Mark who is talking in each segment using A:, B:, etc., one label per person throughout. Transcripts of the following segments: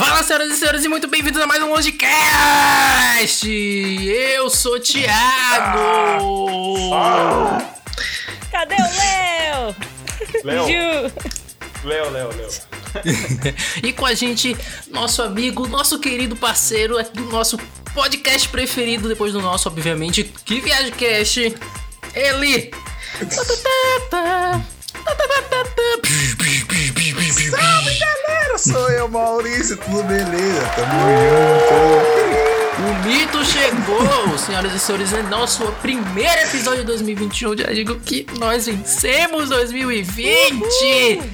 A: Olá, senhoras e senhores, e muito bem-vindos a mais um Longecast! Eu sou Thiago!
B: Cadê o Léo?
C: Léo.
B: Ju.
C: Léo, Léo, Léo.
A: E com a gente, nosso amigo, nosso querido parceiro, aqui do nosso podcast preferido depois do nosso, obviamente, que Viagem Cast, ele!
D: Cara, sou eu, Maurício, tudo beleza? Tamo
A: O mito chegou, senhoras e senhores, é nosso primeiro episódio de 2021. Já digo que nós vencemos 2020!
D: junto!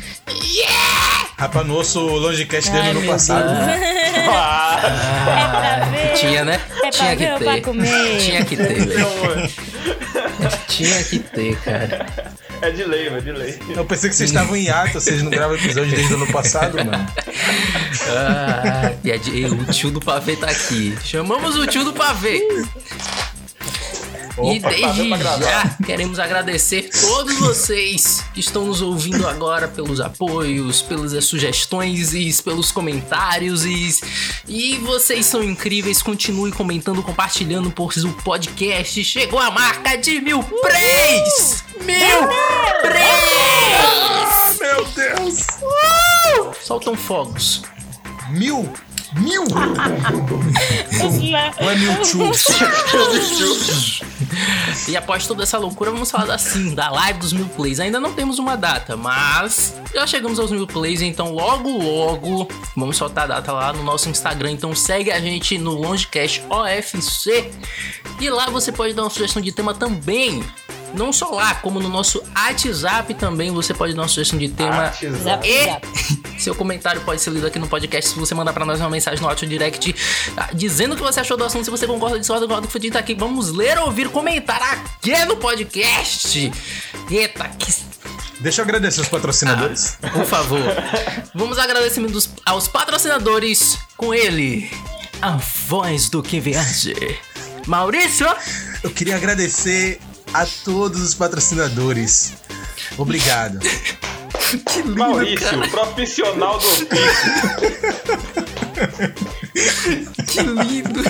D: Rapaz, nosso Longecast dele
A: Ai,
D: no
A: meu
D: passado.
A: Deus.
D: né?
C: Ah,
B: É pra ver.
A: Tinha, né?
B: É pra
A: Tinha que
B: ver ou pra
A: ter.
B: comer?
A: Tinha que ter, velho.
C: Não,
A: Tinha que ter, cara.
C: é de lei, é de lei.
D: Eu pensei que vocês estavam em ato, vocês não gravam episódio desde o ano passado, mano.
A: Ah, e a de- o tio do pavê tá aqui. Chamamos o tio do pavê. e
C: Opa,
A: desde
C: valeu
A: já
C: pra gravar.
A: queremos agradecer todos vocês que estão nos ouvindo agora pelos apoios, pelas eh, sugestões e pelos comentários. E, e vocês são incríveis. Continue comentando, compartilhando, pois o podcast chegou à marca de mil plays! Mil plays!
D: Meu Deus!
A: Soltam fogos.
D: Mil! Mil!
B: Os Léo.
D: Ou é mil tchus?
A: E após toda essa loucura, vamos falar assim, da live dos mil plays. Ainda não temos uma data, mas já chegamos aos mil plays, então logo, logo vamos soltar a data lá no nosso Instagram. Então segue a gente no Longecast OFC e lá você pode dar uma sugestão de tema também. Não só lá, como no nosso WhatsApp também você pode dar uma sugestão de tema.
B: Zap,
A: E-
B: zap.
A: Seu comentário pode ser lido aqui no podcast se você mandar pra nós uma mensagem no áudio direct ah, dizendo o que você achou do assunto, se você concorda ou discorda com o que foi dito aqui. Vamos ler, ouvir, comentar aqui no podcast. Eita, que
D: Deixa eu agradecer os patrocinadores.
A: por favor. Vamos agradecimentos aos patrocinadores com ele, a voz do que viaje. Maurício,
D: Eu queria agradecer a todos os patrocinadores. Obrigado.
A: que lindo,
C: Maurício,
A: cara,
C: profissional do ofício.
A: que lindo.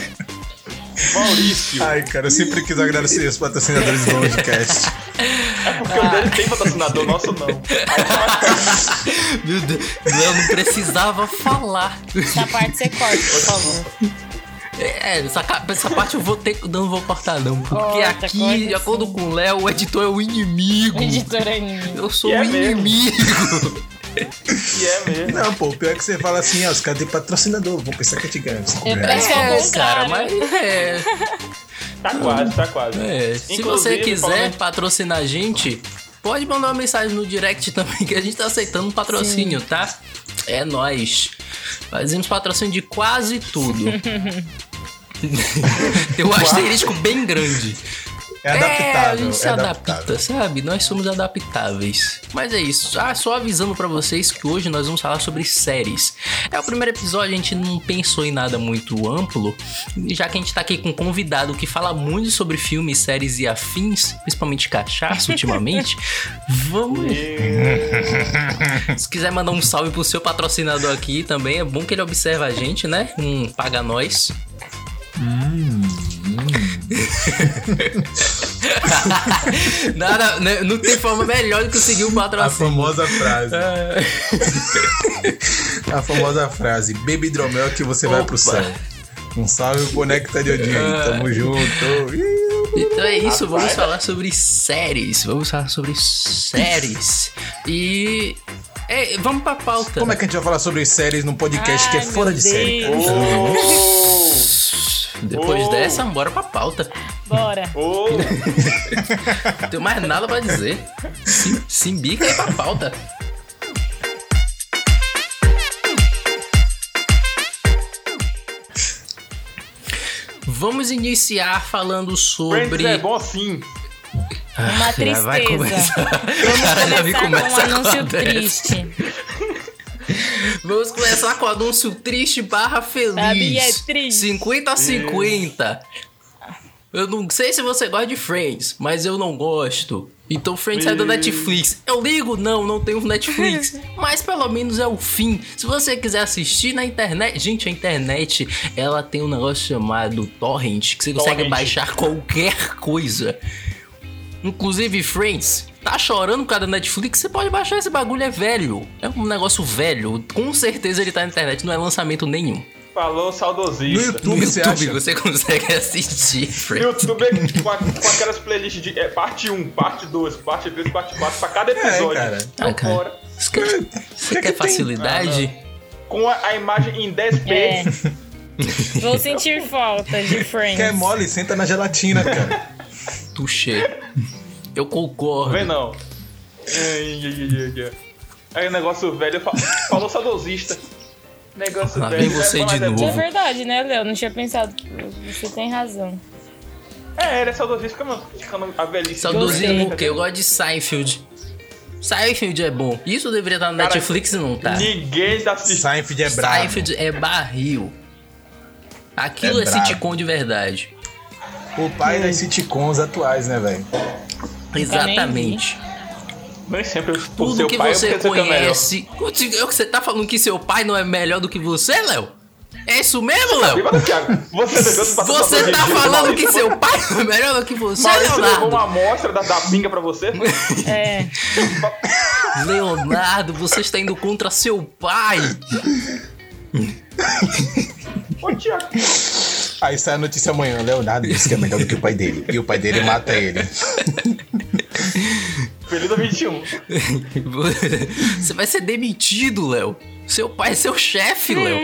C: Maurício.
D: Ai, cara, eu sempre quis agradecer os patrocinadores do Longecast.
C: É Porque o dele tem patrocinador, o nosso não.
A: Meu Deus, eu não precisava falar.
B: Essa parte você corta, por favor.
A: É, essa, ca- essa parte eu vou ter não vou cortar não, porque
B: Corta,
A: aqui,
B: corta
A: de acordo com o Léo, o editor é o inimigo.
B: O editor anime.
A: Eu sou
C: E é
A: o
C: mesmo.
A: inimigo.
C: Que é mesmo.
D: Não, pô, o pior é que você fala assim, ó, os caras têm patrocinador, vão pensar que é de graça.
B: Eu penso que é o
A: cara,
B: contrário.
A: mas é,
C: Tá quase, tá quase.
A: é. se
C: Inclusive,
A: você quiser
C: falando-
A: patrocinar a gente, pode mandar uma mensagem no direct também que a gente tá aceitando um patrocínio, tá? É nós. Fazemos patrocínio de quase tudo. Tem um asterisco bem grande.
D: É adaptável.
A: a gente se
D: é adaptável.
A: adapta, sabe? Nós somos adaptáveis. Mas é isso. Ah, só avisando pra vocês que hoje nós vamos falar sobre séries. É o primeiro episódio, a gente não pensou em nada muito amplo, já que a gente tá aqui com um convidado que fala muito sobre filmes, séries e afins, principalmente cachaça ultimamente. vamos. Se quiser mandar um salve pro seu patrocinador aqui também, é bom que ele observa a gente, né? Hum, paga nós. Hum. Nada, né? não tem forma melhor de conseguir um
D: A
A: patrocínio.
D: famosa frase.
A: É.
D: A famosa frase. Bebe hidromel que você vai
A: Opa.
D: pro céu. Um salve conecta de Odin. Tamo junto. Ih,
A: Então é isso, vamos falar sobre séries. Vamos falar sobre séries. E. é, vamos pra pauta.
D: Como é que a gente vai falar sobre séries num podcast que é
B: Ai,
D: fora
B: meu
D: de série?
B: Deus.
C: Ô,
A: Depois
C: Oh.
A: dessa, bora pra pauta.
B: Bora.
C: ô,
A: Não tenho mais nada pra dizer. Sim, simbica aí pra pauta. Vamos iniciar falando
C: Friends
A: sobre.
C: é bom sim.
B: Uma
A: Já Ah, vai
B: tristeza.
A: começar.
B: Vamos
A: Cara, já vi
B: começar com um
A: começa a
B: anúncio
A: conversa.
B: triste.
A: Vamos começar com o anúncio triste barra feliz.
B: Sabe, é triste.
A: 50 a 50. Eu não sei se você gosta de Friends, mas eu não gosto. Então Friends sai do
C: Ih.
A: Netflix. Eu ligo, não, não tenho Netflix. mas pelo menos é o fim. Se você quiser assistir na internet, gente, a internet ela tem um negócio chamado torrent que você consegue
C: Torrent.
A: baixar qualquer coisa. Inclusive Friends. Tá chorando por causa da Netflix? Você pode baixar esse bagulho, é velho. É um negócio velho. Com certeza ele tá na internet, não é lançamento nenhum.
C: Falou
E: No
C: saudosista.
E: YouTube, você acha?
A: você consegue assistir, Friends.
C: YouTube é com, a- com aquelas playlists de é, parte 1, parte 2, parte 3, parte 4, pra cada episódio.
E: É, cara.
A: Ah,
C: Então,
A: cara.
C: fora.
A: Você quer, você
E: que
A: quer
E: tem? Ah,
A: facilidade?
C: Com a, a imagem em 10p.
B: É. Vou sentir falta de Friends.
E: Quer mole, senta na gelatina, cara.
A: Tuxê. Eu concordo.
C: Vem não. Ai, ai, ai, ai, ai. Aí o negócio velho fa- falou saudosista. Negócio
A: Lá
C: velho.
A: vem você
C: é, mas
A: de
C: é bom.
B: Isso é
A: novo.
B: verdade, né, Léo? Não tinha pensado. Você tem razão.
C: É, ele é saudosista, fica, mano, ficando a velhice.
A: Saudosismo o quê? Então, Eu gosto de Seinfeld. Seinfeld é bom. Isso deveria estar no
C: Cara,
A: Netflix e não tá.
C: Ninguém tá assistindo.
E: Seinfeld é brabo.
A: Seinfeld é barril. Aquilo
E: É
A: é,
E: brabo.
A: sitcom de verdade.
E: O pai das sitcoms atuais, né, velho?
A: Exatamente.
C: Nem sempre por
A: Tudo
C: seu
A: que
C: pai
A: você
C: eu penso que é melhor.
A: conhece. É o que Você tá falando que seu pai não é melhor do que você, Léo? É isso mesmo, Léo?
C: Viva do Thiago. Você tá
A: Você tá falando que seu pai é melhor do que você,
C: Maurício
A: Leonardo?
C: levou uma amostra da, da pinga pra você? foi?
B: É.
A: Leonardo, você está indo contra seu pai.
C: Ô, Thiago.
E: Aí sai a notícia amanhã, Leonardo disse que é melhor do que o pai dele. E o pai dele mata ele.
C: Feliz 21.
A: Você vai ser demitido, Léo. Seu pai é seu chefe, Léo.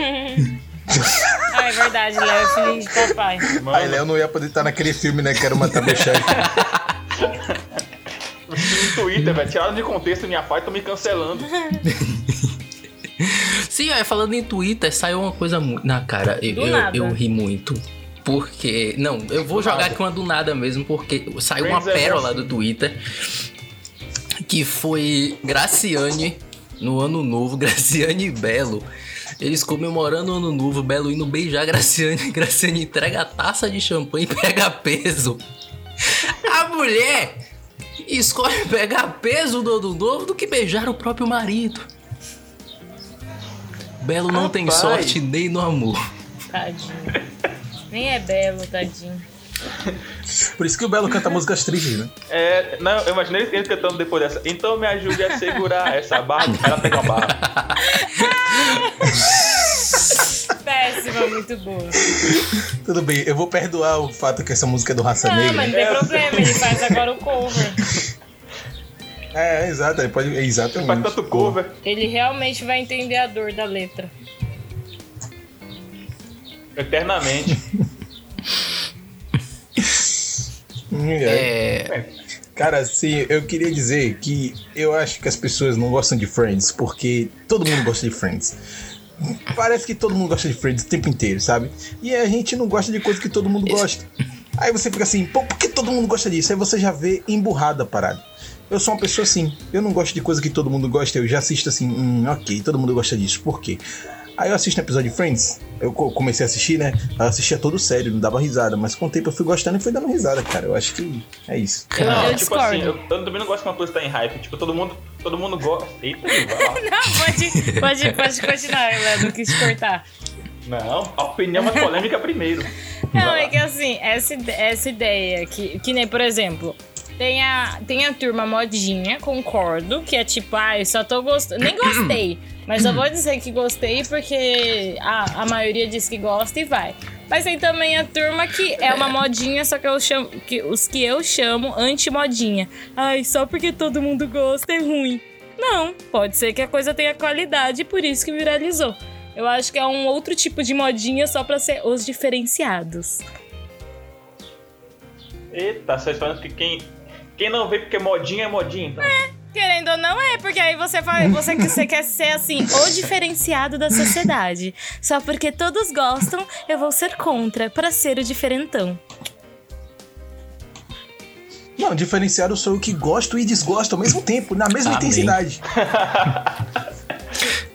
B: Ah, é verdade, Léo. é Filho de papai.
E: Aí
C: Mano,
E: Léo não ia poder estar naquele filme, né? Quero matar meu chefe.
C: no Twitter, velho. Tiraram de contexto minha pai, tô me cancelando.
A: Sim, ó, falando em Twitter, saiu uma coisa muito. Na cara, eu,
B: Do
A: eu,
B: nada.
A: eu ri muito. Porque. Não, eu vou jogar aqui uma do nada mesmo, porque saiu uma
C: Friends é
A: pérola
C: assim.
A: do Twitter. Que foi Graciane no ano novo, Graciane e Belo. Eles comemorando o ano novo, Belo indo beijar Graciane. Graciane entrega a taça de champanhe e pega peso. A mulher escolhe pegar peso do ano novo do que beijar o próprio marido. Belo não tem
C: Rapaz.
A: sorte nem no amor.
B: Tadinho. Nem é belo, tadinho.
E: Por isso que o Belo canta músicas tristes, né?
C: É, não, eu imaginei ele cantando depois dessa. Então me ajude a segurar essa barra. Ela pega uma barra.
B: Péssima, muito boa.
E: Tudo bem, eu vou perdoar o fato que essa música é do Raça
B: Não, Ah, mas
E: Negra.
B: não tem
C: É.
B: problema, ele faz agora o cover.
E: É, é, exato, ele pode. É exatamente.
C: Faz tanto cover.
B: Ele realmente vai entender a dor da letra.
C: Eternamente.
E: Hum, é.
A: É.
E: Cara, assim, eu queria dizer que eu acho que as pessoas não gostam de Friends, porque todo mundo gosta de Friends. Parece que todo mundo gosta de Friends o tempo inteiro, sabe? E a gente não gosta de coisa que todo mundo gosta. Aí você fica assim, pô, por que todo mundo gosta disso? Aí você já vê emburrada a parada. Eu sou uma pessoa assim, eu não gosto de coisa que todo mundo gosta, eu já assisto assim, hum, ok, todo mundo gosta disso, por quê? Aí eu assisto um episódio de Friends, eu co- comecei a assistir, né? Eu assistia todo sério, não dava risada, mas com o tempo eu fui gostando e fui dando risada, cara. Eu acho que é isso.
C: Não,
B: Eu
C: tipo
B: discordo.
C: assim, eu, eu também não gosto que uma coisa tá em hype. Tipo, todo mundo, todo mundo gosta. Eita, Ivan.
B: Não, pode, pode, pode continuar, Léo, não quis cortar.
C: Não, a opinião é polêmica primeiro.
B: Não, é que assim, essa, ide- essa ideia que, que nem, por exemplo, tem a, tem a turma modinha, concordo, que é tipo, ah, eu só tô gostando. Nem gostei, mas eu vou dizer que gostei porque a, a maioria diz que gosta e vai. Mas tem também a turma que é uma modinha, só que eu chamo. Que, os que eu chamo anti-modinha. Ai, só porque todo mundo gosta é ruim. Não, pode ser que a coisa tenha qualidade e por isso que viralizou. Eu acho que é um outro tipo de modinha só pra ser os diferenciados.
C: Eita, vocês falando que quem, quem não vê porque é modinha é modinha, então.
B: Querendo ou não é, porque aí você vai, você, que- você quer ser assim, o diferenciado da sociedade. Só porque todos gostam, eu vou ser contra pra ser o diferentão.
E: Não, diferenciado sou eu que gosto e desgosto ao mesmo tempo, na mesma
A: Amém.
E: intensidade.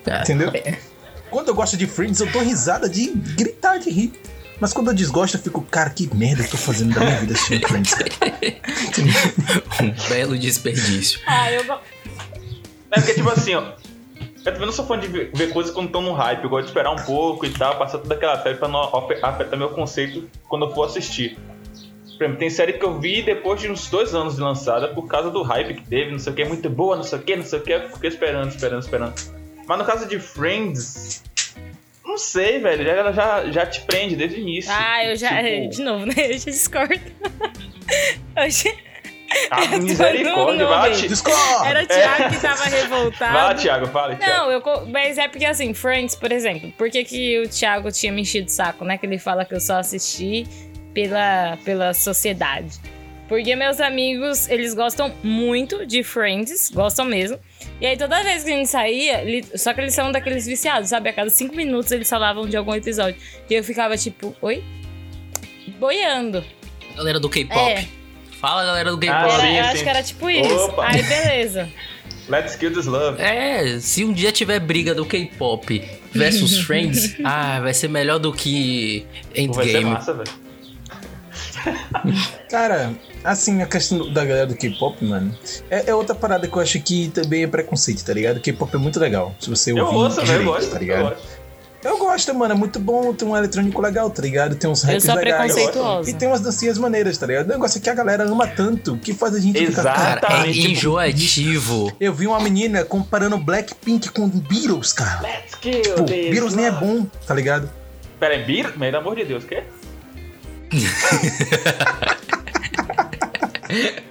A: Tá.
B: É.
E: Entendeu? Quando eu gosto de Friends, eu dou risada de gritar de rir.
D: Mas quando eu desgosto, eu fico, cara, que merda eu tô fazendo da minha vida assistindo Friends.
A: Um belo desperdício.
B: Ah, eu go-
C: É porque, tipo assim, ó. Eu também não sou fã de ver, ver coisas quando estão no hype. Eu gosto de esperar um pouco e tal, passar toda aquela febre pra não afe- afetar meu conceito quando eu for assistir. Por exemplo, tem série que eu vi depois de uns dois anos de lançada por causa do hype que teve, não sei o que, é muito boa, não sei o que, não sei o que, eu fiquei esperando, esperando, esperando. Mas no caso de Friends, não sei, velho, ela já, já te prende desde o início.
B: Ah, eu já.
C: Tipo,
B: De novo, né? Eu já discordo. Eu já-
C: ah,
B: tô
C: misericórdia,
B: no
C: vai,
B: nome.
C: Ti-
D: Discord!
B: Era o Thiago que tava revoltado.
C: Ah, é. vai, Thiago, fala, Thiago.
B: Não, eu, co- mas é porque assim, Friends, por exemplo, por que, que o Thiago tinha me enchido o saco, né? Que ele fala que eu só assisti pela, pela sociedade. Porque meus amigos, eles gostam muito de Friends, gostam mesmo. E aí toda vez que a gente saía, li- só que eles são daqueles viciados, sabe? A cada cinco minutos eles falavam de algum episódio. E eu ficava tipo, oi? Boiando.
A: Galera do K-pop.
B: É.
A: Fala, galera do
C: Ah,
A: K-pop.
B: Era-
C: sim,
B: eu acho
C: sim.
B: que era tipo isso.
C: Opa.
B: Aí beleza.
C: Let's kill this love.
A: É, se um dia tiver briga do K-pop versus Friends, ah, vai ser melhor do que
C: Vai ser
A: Endgame.
C: massa, velho.
D: Cara, assim, a questão da galera do K-pop, mano, é, é outra parada que eu acho que também é preconceito, tá ligado? K-pop é muito legal. Se você
C: Eu
D: ouvir.
C: ouço, velho, eu
D: direito,
C: gosto,
D: tá
C: eu
D: ligado?
C: gosto.
D: Eu gosto, mano, é muito bom, tem um eletrônico legal, tá ligado? Tem uns
B: Eu
D: raps
B: sou
D: legais.
B: preconceituosa.
D: E tem umas dancinhas maneiras, tá ligado? O negócio é que a galera ama tanto que faz a gente ficar.
C: Exato.
D: Cara,
A: Cara, é
C: Exatamente.
A: enjoativo.
D: eu vi uma menina comparando Blackpink com Beatles, cara.
C: Let's kill
D: Pô,
C: this
D: Beatles nem é
C: love.
D: bom, tá ligado?
C: Pera aí, Beatles? Pelo amor de Deus, o quê?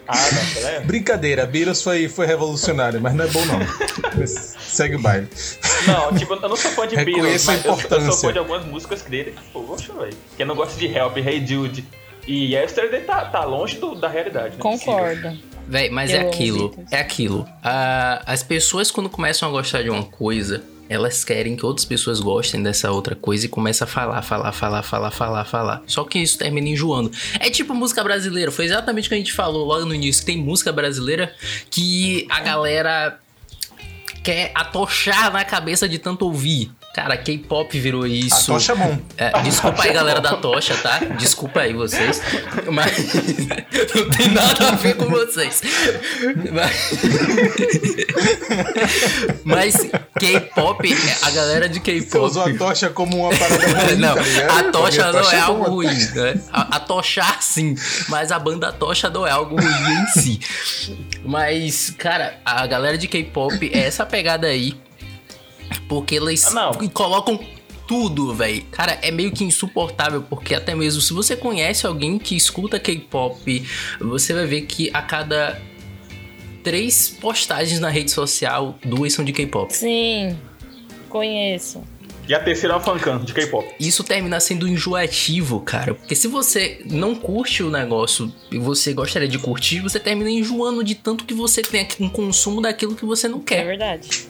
C: ah, não, pera aí.
D: Brincadeira, Beatles foi, foi revolucionário, mas não é bom não. Mas segue o baile.
C: Não, tipo, eu não sou fã de Beatles,
D: Reconheço a
C: mas eu, eu sou
D: importância.
C: fã de algumas músicas dele. Poxa, velho. Quem não gosta de Help, Hey Jude e Yesterday tá, tá longe do- da realidade.
D: um
C: né?
B: Concordo.
A: Véi, mas
B: Eu
A: é
B: amo
A: aquilo.
B: Beatles.
A: É aquilo. Ah, as pessoas, quando começam a gostar de uma coisa, elas querem que outras pessoas gostem dessa outra coisa e começa a falar, falar, falar, falar, falar, falar. Só que isso termina enjoando. É tipo música brasileira. Foi exatamente o que a gente falou logo no início. Tem música brasileira que a galera quer atochar na cabeça de tanto ouvir. Cara, K-pop virou
D: A
A: isso.
D: tocha é bom.
A: É, desculpa aí, galera da tocha, tá? Desculpa aí vocês. Mas não tem nada a ver com vocês. Mas, mas K-pop, a galera de
D: Você usou a
A: K-pop.
D: tocha como uma parada ruim,
A: Não,
D: tá ligado?
A: a tocha
D: Porque
A: não é
D: bom.
A: algo ruim, né? A, a tochar sim, mas a banda tocha não é algo ruim em si. Mas, cara, a galera de K-pop é essa pegada aí. Porque elas
C: Ah, não.
A: colocam tudo, velho. Cara, é meio que insuportável, porque até mesmo se você conhece alguém que escuta K-pop, você vai ver que a cada três postagens na rede social, duas são de K-pop.
B: Sim, conheço.
C: E a terceira é uma fancam de K-pop.
A: isso termina sendo enjoativo, cara. Porque se você não curte o negócio e você gostaria de curtir, você termina enjoando de tanto que você tem aqui um consumo daquilo que você não
B: É
A: quer.
B: verdade.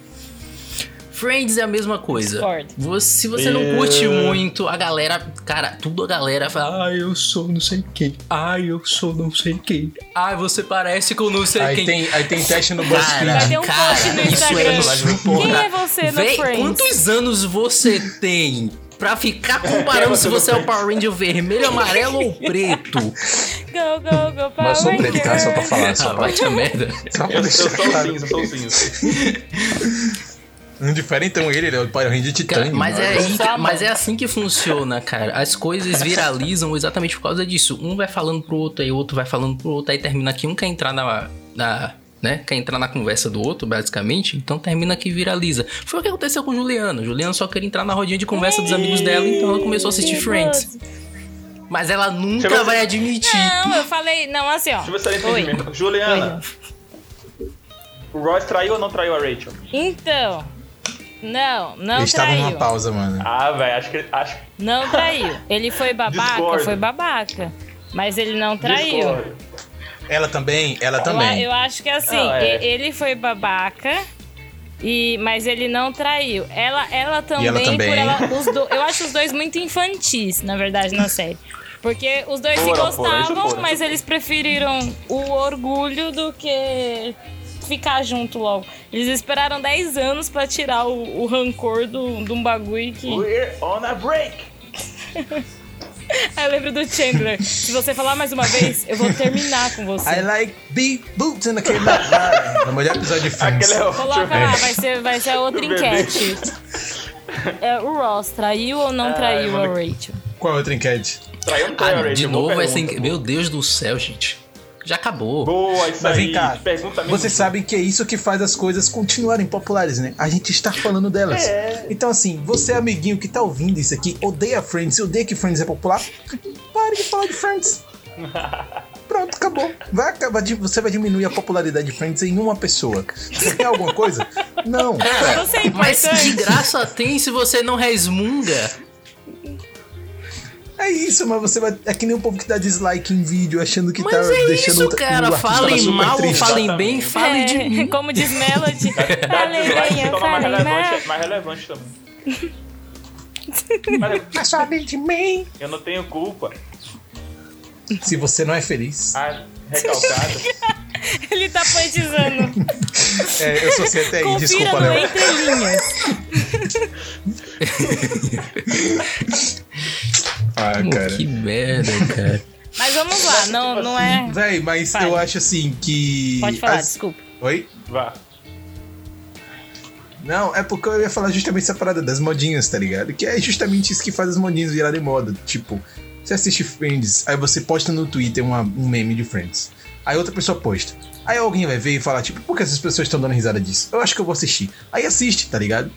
A: Friends é a mesma coisa.
B: Discordo.
A: Você- se você não
C: É.
A: curte muito, a galera, cara, tudo a galera fala, ah, eu sou não sei quem, ah, eu sou não sei quem, ah, você parece com não sei
D: Aí
A: quem.
D: tem, aí tem teste no
B: Vai
D: BuzzFeed.
B: ter um post no Instagram.
A: Isso é
B: Quem
A: insuportável.
B: é você no
A: Véi,
B: Friends?
A: quantos anos você tem pra ficar comparando se você é o Power Ranger vermelho, amarelo ou preto?
B: Go, go, go, Power
D: Mas eu sou preto, cara, só pra
B: Rangers.
D: falar. Só
A: Ah,
D: pra,
A: vai te a merda.
D: só pra
C: Eu, eu sou
D: deixar
C: o
D: claro.
C: cinza, eu sou o cinza.
D: Não diferentão ele, ele é o Power Ranger
A: Cara,
D: Titânio.
A: mas, é
D: mano.
A: aí,
B: Só a
A: mas
B: mão.
A: é assim que funciona, cara. As coisas viralizam exatamente por causa disso. Um vai falando pro outro, aí o outro vai falando pro outro, aí termina que um quer entrar na. na né? Quer entrar na conversa do outro, basicamente. Então termina que viraliza. Foi o que aconteceu com Juliana. Juliana só queria entrar na rodinha de conversa dos amigos dela, então ela começou a assistir Friends. Mas ela nunca
C: Chegou-
A: vai admitir.
B: Não, eu falei... Não, assim, ó.
C: Deixa eu ver se ela
B: Oi.
C: entende mesmo. Juliana, o Royce traiu ou não traiu a Rachel?
B: Então... Não, não
D: Ele estava
B: traiu.
D: numa pausa, mano.
C: Ah, velho, acho que. Acho que
B: Não traiu. Ele foi babaca?
C: Discordo.
B: Foi babaca. Mas ele não traiu.
C: discorre.
D: Ela também, ela
B: Eu-
D: também.
B: Eu, acho que assim,
C: Ah, é.
B: e- ele foi babaca. E, mas ele não traiu. Ela, ela também,
D: ela também.
B: por ela. os do- eu acho os dois muito infantis, na verdade, na série. Porque os dois
C: Fora,
B: se
C: fora, isso é
B: gostavam,
C: fora.
B: mas eles preferiram o orgulho do que ficar junto logo. Eles esperaram 10 anos pra tirar o, o rancor do- de um bagulho que.
C: We're on a break!
B: Aí eu lembro do Chandler. Se você falar mais uma vez, eu vou terminar com você.
E: I like big boots and I came back. Ah, é o melhor episódio de Friends.
C: Aquele é ótimo.
B: Coloca lá, vai ser, vai ser a outra
C: Bebê.
B: enquete. É, o Ross traiu ou não traiu a Rachel?
E: Qual é outra enquete?
C: Traiu um
A: Ah,
C: Terry,
A: de
C: boa
A: novo essa.
C: pergunta.
A: enque- Meu Deus do céu, gente. Já acabou.
C: Boa, isso
E: Mas
C: aí.
E: vem cá,
C: Pergunta mesmo.
E: vocês sabem que é isso que faz as coisas continuarem populares, né? A gente está falando delas.
C: É.
E: Então, assim, você, amiguinho que tá ouvindo isso aqui, odeia Friends, odeia que Friends é popular, pare de falar de Friends. Pronto, acabou. Vai acabar de- você vai diminuir a popularidade de Friends em uma pessoa. Você quer alguma coisa? Não.
A: Cara,
B: Você é
A: mas de
B: importante.
A: graça tem se você não resmunga.
E: É isso, mas você vai. É que nem o povo que dá dislike em vídeo achando que
A: Mas
E: tá
A: é
E: deixando
A: isso,
E: o- o
A: cara.
E: artista lá
A: Falem
E: super
A: mal,
E: triste.
A: falem bem, falem de
B: É,
A: mim.
B: Como diz Melody.
C: Dá
B: falei é
C: dislike,
B: bem, né?
C: se
B: eu
C: torna mais
B: falei mal.
C: relevante, mais relevante também. Mas
E: Mas falem de mim.
C: eu não tenho culpa.
E: Se você não é feliz.
C: Ah, recalcada.
B: Ele tá poetizando.
E: É, eu sou até aí,
B: Confira
E: desculpa,
B: no
E: Léo.
B: Entre Linhas.
E: Ah, cara.
A: Que merda, cara.
B: Mas vamos lá, não, não é...
E: Véi, mas
B: Fale.
E: eu acho assim que.
B: Pode falar,
E: as-
B: desculpa.
E: Oi?
C: Vá.
E: Não, é porque eu ia falar justamente essa parada das modinhas, tá ligado? Que é justamente isso que faz as modinhas virarem moda. Tipo, você assiste Friends, aí você posta no Twitter uma- um meme de Friends. Aí outra pessoa posta. Aí alguém vai ver e falar, tipo, por que essas pessoas estão dando risada disso? Eu acho que eu vou assistir. Aí assiste, tá ligado?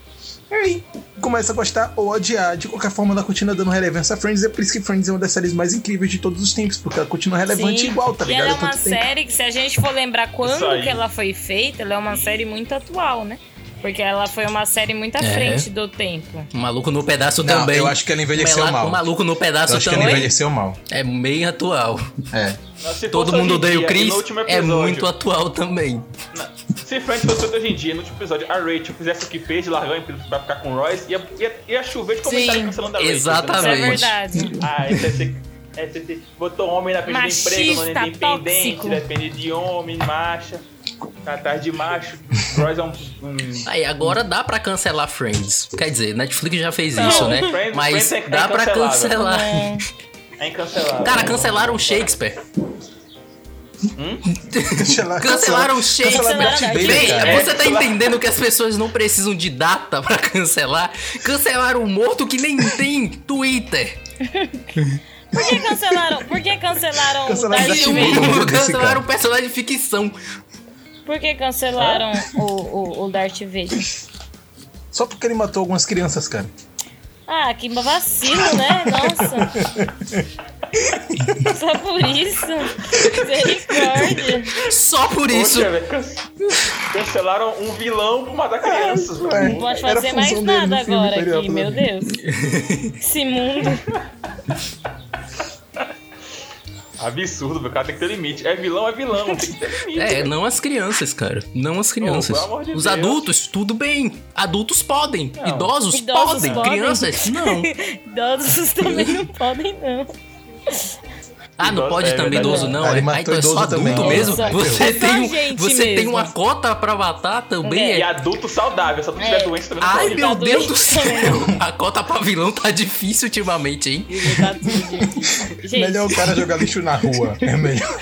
E: E aí começa a gostar ou odiar. De qualquer forma, ela continua dando relevância a Friends. É por isso que Friends é uma das séries mais incríveis de todos os tempos, porque ela continua relevante
B: Sim.
E: igual, tá
B: E
E: ligado?
B: ela é
E: Há
B: uma
E: tanto tempo.
B: série que, se a gente for lembrar
C: Isso aí.
B: quando que ela foi feita, ela é uma série muito atual, né? Porque ela foi uma série muito à
A: É.
B: frente do tempo.
A: O maluco no pedaço
E: Não,
A: também.
E: eu acho que ela envelheceu
A: Mela-
E: mal.
A: O maluco no pedaço
E: Eu acho que
A: também.
E: ela envelheceu mal.
A: É meio atual.
E: É.
C: Não, se
A: Todo
C: fosse
A: mundo
C: hoje em
A: odeia o
C: dia, e
A: Chris.
C: no último
A: É
C: episódio-
A: muito atual também.
C: Se Friends fosse hoje em dia, no último episódio, a Rachel fizesse o que fez, largar o emprego pra ficar com o Royce, ia, ia, ia chover de comentário
B: Sim,
C: cancelando a Rachel.
B: Isso é
A: exatamente. Também.
B: verdade.
C: Ah, esse, esse, esse, esse botou homem na frente
B: Machista,
C: do emprego, não é independente,
B: tóxico.
C: depende de homem, macha, tá atrás de macho. Royce é um. um-
A: Aí, agora dá pra cancelar Friends. Quer dizer, Netflix já fez isso, né?
C: Friends-
A: Mas
C: Friends é- é
A: dá pra
C: cancelável.
A: cancelar.
C: é incancelável.
A: Cara, cancelaram o Shakespeare. Cancelaram o Shakespeare.
E: Cancelaram Darth Vader,
A: Vem,
E: cara.
C: É,
A: Você tá
C: cancelaram.
A: entendendo que as pessoas não precisam de data pra cancelar? Cancelaram o morto que nem tem Twitter.
B: Por que cancelaram? Por que cancelaram,
E: Cancelaram
B: o Darth
E: Darth
A: E
E: Vader.
B: Vader?
A: o-
E: Esse cara.
A: cancelaram o personagem de ficção.
B: Por que cancelaram o, o, o Darth Vader?
E: Só porque ele matou algumas crianças, cara.
B: Ah, que vacilo, né? Nossa. Só por isso. Misericórdia.
A: Só por
C: Poxa,
A: isso.
C: velho, can- Cancelaram um vilão por matar crianças.
E: É.
B: Não pode
E: Era a
B: fazer
E: função
B: mais
E: dele
B: nada
E: no filme
B: agora
E: anterior,
B: aqui,
E: pelo
B: meu Deus. Esse mundo.
C: Absurdo, velho. o cara tem que ter limite. É vilão, é vilão, tem que ter limite.
A: É, não as crianças, cara. Não as crianças.
C: pelo amor de
A: Os
C: Deus.
A: adultos, tudo bem. Adultos podem.
C: Não.
A: Idosos,
B: Idosos
A: podem.
B: podem.
A: Crianças, não.
B: Idosos também não podem, não.
A: Ah, não
C: Idoso,
A: pode
C: é
A: também
C: verdade.
A: idoso, não.
E: Ah, ele
A: É, ah,
E: matou
A: então é só
E: idoso
A: adulto
E: também.
A: mesmo.
B: Nossa,
A: Você,
B: é só
A: tem,
B: gente
A: você tem
B: mesmo.
A: uma cota pra matar também.
C: E
A: É.
C: adulto saudável, só tu tiver
B: É.
C: doença também não
A: Ai,
C: pode.
A: meu
B: Tá
A: Deus do
B: doente
A: céu.
B: também.
A: A cota pra vilão tá difícil ultimamente, hein?
B: Tá tudo, gente. Gente,
E: Melhor o cara jogar lixo na rua. É melhor.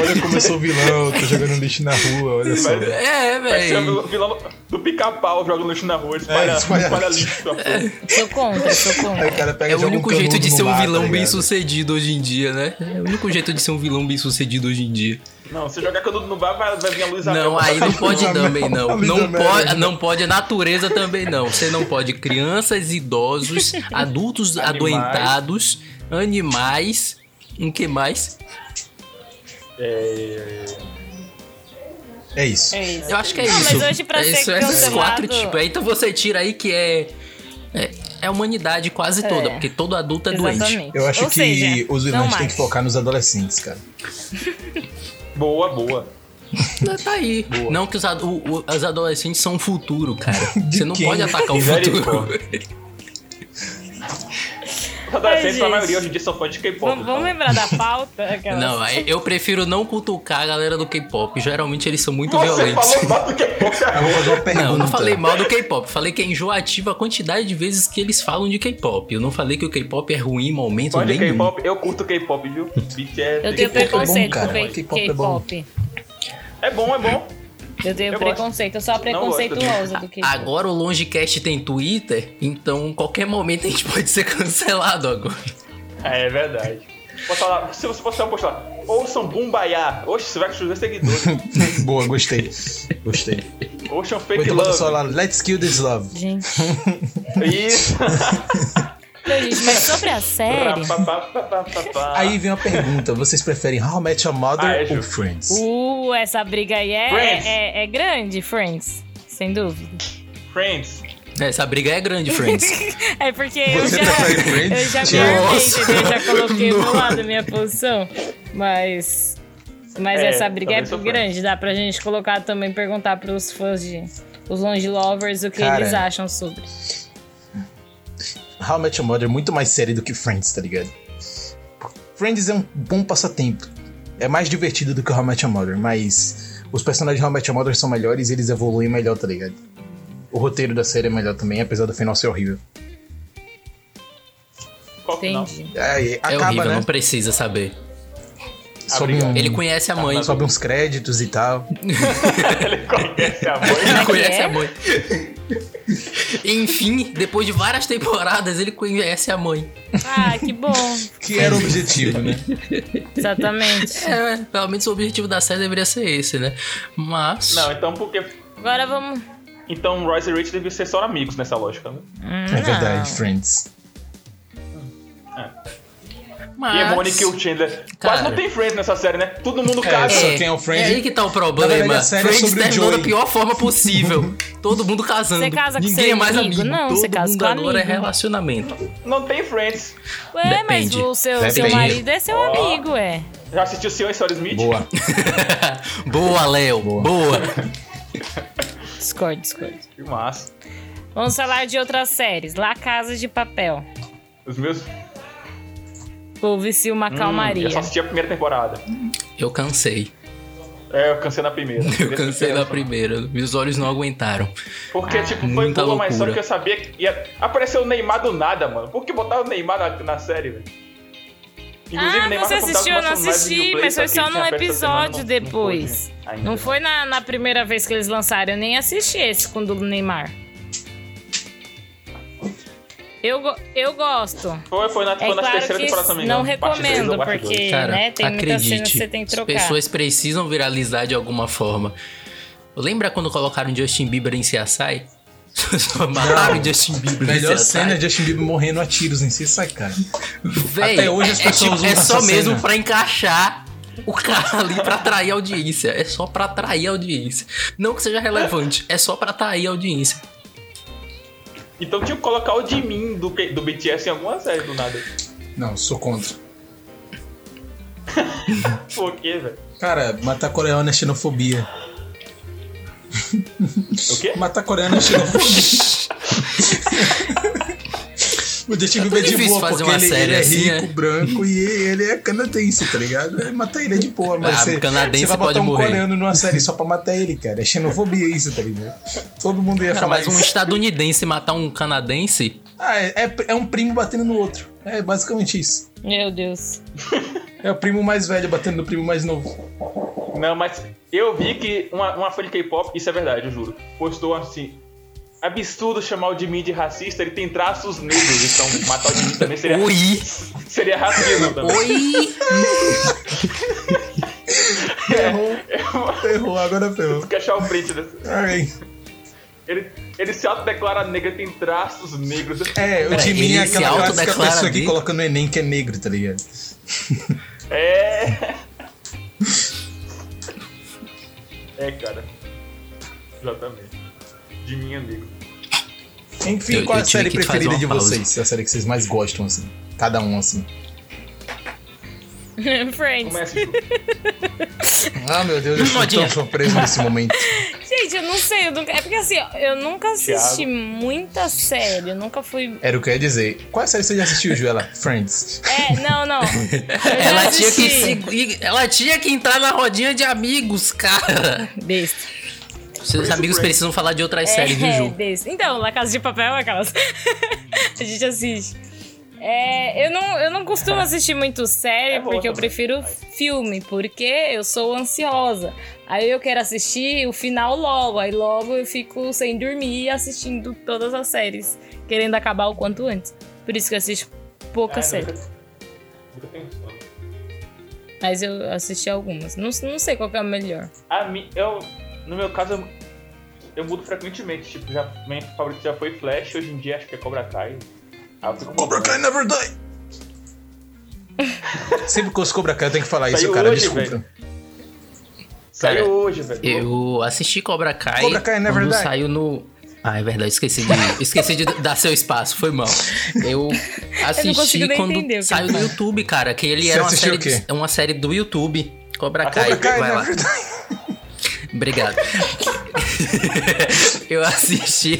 E: olha como eu sou vilão, tô jogando lixo na rua, olha só.
C: Vai-
A: É,
C: Vai ser
A: velho.
C: o vilão do pica-pau, joga lixo na rua, espalha,
E: É, espalha-
C: espalha lixo. na rua.
B: sou contra, sou
E: Aí
B: contra.
E: o cara pega
A: É
E: e
A: o
E: joga
A: único
E: um canudo
A: jeito de
E: no
A: ser um
E: mar,
A: vilão
E: tá
A: bem
E: ligado?
A: sucedido hoje em dia, né? É o único jeito de ser um vilão bem sucedido hoje em dia.
C: Não, se jogar canudo no bar, vai, vai vir a luz
A: Não, aí não pode
E: Não,
A: também
E: não,
A: não.
E: não,
A: Não
E: não,
A: pode,
E: não.
A: não pode a natureza também não. Você não pode crianças, idosos, adultos
C: Animais.
A: adoentados, animais, o que mais?
C: É...
E: É isso.
B: É isso.
A: Eu acho que é
B: Não,
A: isso.
B: mas hoje pra
A: é
B: ser
A: isso, esses
B: cancelado-
A: quatro tipos. Aí, Então você tira aí que é é, é a humanidade quase
B: É.
A: toda, porque todo adulto é doente.
B: Exatamente.
E: Eu acho
B: Ou
E: que
B: seja,
E: os
B: não
E: vilões têm
B: mate.
E: que focar nos adolescentes, cara.
C: Boa, boa.
A: Tá aí. Não que os, ad- o- o- os adolescentes são o futuro, cara. Você não
E: quem?
A: pode atacar o
C: Misericórdia.
A: futuro.
C: Os adolescentes, a
B: gente.
C: maioria hoje em dia são fãs de K-pop.
B: Vamos, vamos
C: então.
B: lembrar da pauta? Aquelas...
A: Não, aí eu prefiro não cutucar a galera do K-pop. Geralmente eles são muito
C: Você
A: violentos.
C: falou é mal do K-pop
E: Eu vou
C: agora.
E: fazer uma pergunta.
A: Não, eu não falei mal do K-pop. Falei que é enjoativo a quantidade de vezes que eles falam de K-pop. Eu não falei que o K-pop é ruim em momento
C: Fã de
A: nenhum.
C: K-pop, eu curto K-pop, viu? Bitch é...
B: Eu tenho
E: K-pop é bom,
B: preconceito
E: cara.
B: com
E: K-pop é bom.
B: K-pop.
C: É bom, é bom.
B: Eu tenho
C: Eu gosto.
B: preconceito, eu sou a
C: Não gosto
B: preconceituosa do K-pop.
A: Tá. Agora o Longecast tem Twitter, então qualquer momento a gente pode ser cancelado agora.
C: É, é verdade. Posta lá, se você postar, posta lá. Ouçam Bumbaiá. Oxe, você vai chover seguidores.
E: Boa, gostei. Gostei.
C: Ocean
E: Ou
C: Fake
E: então bota só
C: Love.
E: lá, let's kill this love.
B: Gente.
C: Isso.
B: Não, gente, mas sobre a série.
C: Rapapapapapá.
E: Aí vem uma pergunta: vocês preferem How I Met Your Mother
C: Ah, é
E: ou
C: justo.
E: Friends?
B: Uh, essa briga aí é,
C: Friends.
B: é, é- é grande, Friends. Sem dúvida.
C: Friends.
A: Essa briga é grande, Friends.
B: É porque eu
E: Você
B: já,
E: prefere Friends?
B: eu já me
E: Tiago?
B: armei,
A: Nossa.
B: entendeu? Eu já coloquei meu lado, minha posição. Mas. Mas
C: É,
B: essa briga é
C: talvez eu
B: grande. Dá pra gente colocar também, perguntar pros fãs de. Os Longe Lovers o que
E: Cara.
B: eles acham sobre.
E: How I Met Your Mother é muito mais série do que Friends, tá ligado? Friends é um bom passatempo. É mais divertido do que How I Met Your Mother, mas os personagens de How I Met Your Mother são melhores e eles evoluem melhor, tá ligado? O roteiro da série é melhor também, apesar do final ser horrível.
C: Qual que não?
B: Entendi.
E: É,
A: é
E: acaba,
A: horrível,
E: né?
A: não precisa saber.
E: Sobe,
C: Obrigado.
E: um-
A: Ele conhece a mãe.
C: mas-
E: sobe uns créditos e tal.
C: Ele conhece a mãe.
A: Ele conhece
B: é?
A: a mãe. Enfim, depois de várias temporadas, ele conhece a mãe.
B: Ah, que bom.
E: Que era o objetivo, né?
B: Exatamente.
A: É, pelo menos o objetivo da série deveria ser esse, né? Mas.
C: Não, então por que...
B: Agora vamos.
C: Então Royce e Rich deviam ser só amigos nessa lógica, né?
E: É verdade, Friends.
A: mas...
B: Ah,
C: E a Monica e o Chandler.
A: Cara.
C: Quase não tem Friends nessa série, né? Todo mundo
E: É,
C: casa.
E: só- quem é o Friends-
A: aí que tá o
E: Na
A: problema.
E: verdade, a série é
A: Friends
E: sobre o
A: terminou da
E: Joey.
A: pior forma possível. Todo mundo casando.
B: Você casa com
A: Ninguém
B: seu
A: é mais
B: amigo?
A: amigo.
B: Não,
A: Todo
B: você casa
A: mundo
B: com
A: agora é
B: amigo.
A: relacionamento.
C: Não tem Friends.
B: Ué, mas
A: Depende.
B: o seu, seu
E: Depende.
B: marido é seu
C: Ó.
B: amigo, é.
C: Já assistiu o Senhor e Sarah Smith?
E: Boa.
A: boa, Léo. Boa.
B: Discord, Discord.
C: Que massa.
B: Vamos falar de outras séries. Lá Casa de Papel.
C: Os meus...
B: Houve-se uma calmaria.
C: Hum, Eu só assisti a primeira temporada.
A: Eu cansei.
C: É, eu cansei na primeira.
A: Eu cansei na primeira. Meus olhos não aguentaram.
B: Ah,
C: Porque, tipo, foi
A: muita
C: boa, mas só
A: loucura.
C: que eu sabia que ia... apareceu o Neymar do nada, mano. Por que botaram o Neymar na, na série, velho? Inclusive,
B: ah,
C: Neymar
B: você
C: foi contado
B: assistiu? Eu não
C: como personagem
B: assisti,
C: do Play,
B: mas foi
C: que
B: só
C: ele tinha
B: num
C: aberto essa semana,
B: episódio
C: não- não
B: depois.
C: pôde ainda.
B: Não foi na, na primeira vez que eles lançaram. Eu nem assisti esse com o do Neymar. Eu, go- eu gosto.
C: Foi, foi na, foi
B: É
C: na
B: claro
C: terceira
B: que
C: temporada também.
B: não
C: né? Parte três ou
B: recomendo,
C: parte dois.
B: porque
A: Cara,
B: né, tem muitas cenas
A: acredite,
B: que você tem que trocar.
A: as pessoas precisam viralizar de alguma forma. Lembra quando colocaram Justin Bieber em CSI? Só Mataram Justin Bieber
E: Melhor
A: em CSI.
E: cena é Justin Bieber morrendo a tiros em si, sai, cara.
A: Véi,
E: Até hoje as
A: é- é,
E: pessoas
A: tipo,
E: usam
A: é
E: essa
A: só
E: cena.
A: mesmo pra encaixar o cara ali pra atrair audiência. É só pra atrair audiência. Não que seja relevante, é só pra atrair audiência.
C: Então tinha que colocar o Jimin do, P- do BTS em alguma série do nada.
E: Não, sou contra.
C: Por quê, velho?
E: Cara, matar coreano é xenofobia.
C: O quê?
E: Matar coreano é xenofobia. O Justin Bieber é de
A: difícil
E: boa,
A: fazer
E: porque
A: uma
E: ele,
A: série
E: ele é
A: assim,
E: rico,
A: é?
E: branco e ele é canadense, tá ligado? É, Matar ele é de boa, mas
A: Ah,
E: você,
A: canadense
E: você vai
A: pode
E: botar um
A: morrer.
E: coreano numa série só pra matar ele, cara. É xenofobia isso, tá ligado? Todo mundo ia
A: Cara,
E: falar
A: mas um
E: isso.
A: estadunidense matar um canadense.
E: Ah, é, é- é um primo batendo no outro. É basicamente isso.
B: Meu Deus.
E: É o primo mais velho batendo no primo mais novo.
C: Não, mas eu vi que uma, uma fã de K-pop, isso é verdade, eu juro, postou assim. Absurdo chamar o Jimin de racista, ele tem traços negros, então matar o Jimin também seria,
A: Oi!
C: seria racismo também.
A: Oi!
E: Ferrou, ferrou, agora ferrou.
C: Tem que achar o print dessa.
E: Ai.
C: Ele, ele se autodeclara negro, ele tem traços negros.
E: É, o
A: Pera,
E: Jimin
A: ele
E: é
A: se
E: aquela clássica
A: autodeclara
E: pessoa que
A: gay?
E: coloca no Enem que é negro, tá ligado?
C: É. É, cara. Exatamente. é De mim, amigo.
E: Enfim,
A: Eu-
E: qual
A: eu
E: a
A: tive
E: série
A: que fazer
E: preferida
A: uma
E: de
A: pausa.
E: vocês? A série que vocês mais gostam, assim. Cada um, assim.
B: Friends.
C: Começa, Ju. é?
E: Ah, meu Deus, eu estou
A: Modinha.
E: tão surpreso nesse momento.
B: Gente, eu não sei. eu nunca- É porque assim, ó, eu nunca assisti
C: Thiago.
B: muita série. Eu nunca fui.
D: Era o que eu ia dizer. Qual série você já assistiu, Joela? Friends.
B: É, não, não. Eu já
A: Ela tinha, que
B: assisti.
A: se- ela tinha que entrar na rodinha de amigos, cara.
B: Besta.
A: Seus amigos precisam falar de outras séries, viu,
B: É,
A: Ju?
B: desse. Então, La Casa de Papel é aquelas. a gente assiste. É, eu, não, eu não costumo assistir muito série,
C: É boa
B: porque eu
C: também.
B: prefiro filme, porque eu sou ansiosa. Aí eu quero assistir o final logo, aí logo eu fico sem dormir assistindo todas as séries, querendo acabar o quanto antes. Por isso que eu assisto pouca
C: Ah,
B: série.
C: nunca- nunca pensou. né?
B: Mas eu assisti algumas. Não, não sei qual que é a melhor.
C: A mi- eu, no meu caso, eu, eu mudo frequentemente. Tipo, já, minha favorita já foi Flash, hoje em dia acho que é Cobra Kai. Ah, eu fico
D: Cobra Kai never die! Sempre que eu ouço Cobra Kai eu tenho que falar isso,
C: Saiu
D: cara.
C: hoje,
D: desculpa.
C: velho. Saiu
A: Cara,
C: hoje, velho.
A: Eu assisti Cobra Kai.
D: Cobra Kai, na
A: quando
D: verdade.
A: Saiu no. Ah, é verdade, esqueci de, esqueci de dar seu espaço, foi mal. Eu assisti
B: consigo nem
A: quando
B: entender o que
A: saiu
B: ele
A: no
B: fala.
A: YouTube, cara, que ele
D: Você
A: era uma
D: assistiu
A: série,
D: o quê?
A: é uma série do YouTube. Cobra
C: A
A: Kai,
D: Cobra Kai né?
A: vai lá.
D: never die!
A: Obrigado. eu assisti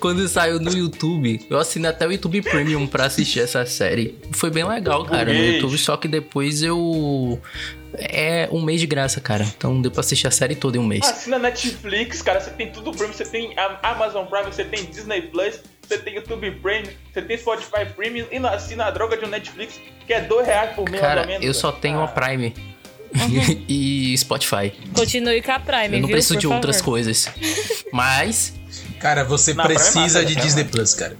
A: quando saiu no YouTube. Eu assinei até o YouTube Premium pra assistir essa série. Foi bem legal, cara, no
C: Burguês.
A: YouTube. Só que depois eu. É um mês de graça, cara. Então deu pra assistir a série toda em um mês.
B: Ah,
C: Assina Netflix, cara, você tem tudo Prime, você tem a- Amazon Prime, você tem Disney Plus, você tem YouTube Prime, você tem Spotify Premium e não assina a droga de um Netflix que é dois reais por mês, mais ou
A: Cara,
C: menos.
A: eu
B: né?
A: só tenho
C: ah,
A: a Prime e Spotify.
B: Continue com a Prime,
A: eu não
B: viu?
A: preciso
B: Uhum. Por
A: de outras
B: favor.
A: coisas. Mas,
D: Cara, você
C: Não, pra mim
D: precisa
C: mata,
D: de
C: pra mim
D: Disney
C: mata.
D: Plus, cara.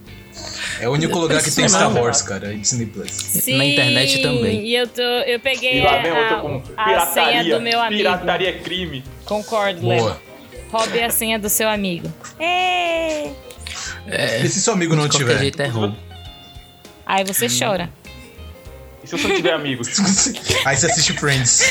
D: É o único
A: Eu
D: lugar que tem
A: preciso,
D: Star
C: não.
D: Wars, cara. É Disney Plus.
A: Na internet
B: Sim,
A: também.
B: E eu, tô, eu peguei
C: E lá vem
B: É a,
C: outra com
B: a senha
C: pirataria.
B: do meu amigo.
C: Pirataria é crime.
B: Concordo, Léo.
D: Boa.
B: Roube a senha do seu amigo. É.
D: E se seu amigo não
A: É. de qualquer
D: tiver?
A: jeito é ruim.
B: Aí você
A: Hum.
B: chora.
C: E se eu só tiver amigos?
A: é.
D: Aí você assiste Friends.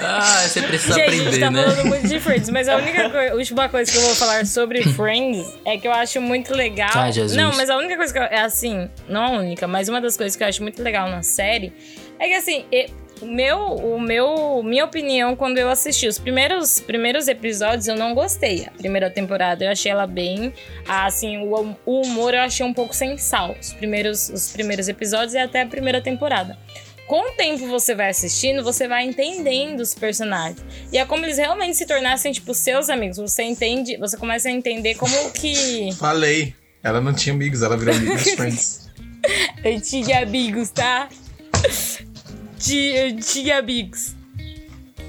A: Ah, você precisa
B: gente, a gente
A: aprender,
B: tá
A: né?
B: falando muito de Friends, mas a única coisa, a última coisa que eu vou falar sobre Friends é que eu acho muito legal.
A: Ah, Jesus.
B: Não, mas a única coisa que eu, é assim, não a única, mas uma das coisas que eu acho muito legal na série é que assim, e- o meu, o meu, minha opinião quando eu assisti os primeiros, primeiros episódios eu não gostei. A primeira temporada eu achei ela bem, assim, o, hum- o humor eu achei um pouco sem sal. Os primeiros, os primeiros episódios e até a primeira temporada. Com o tempo você vai assistindo, você vai entendendo os personagens. E é como eles realmente se tornassem, tipo, seus amigos. Você entende, você começa a entender como que.
D: Falei. Ela não tinha amigos, ela virou amiga dos Friends.
B: Eu tinha amigos, tá? Ti- Eu tinha amigos.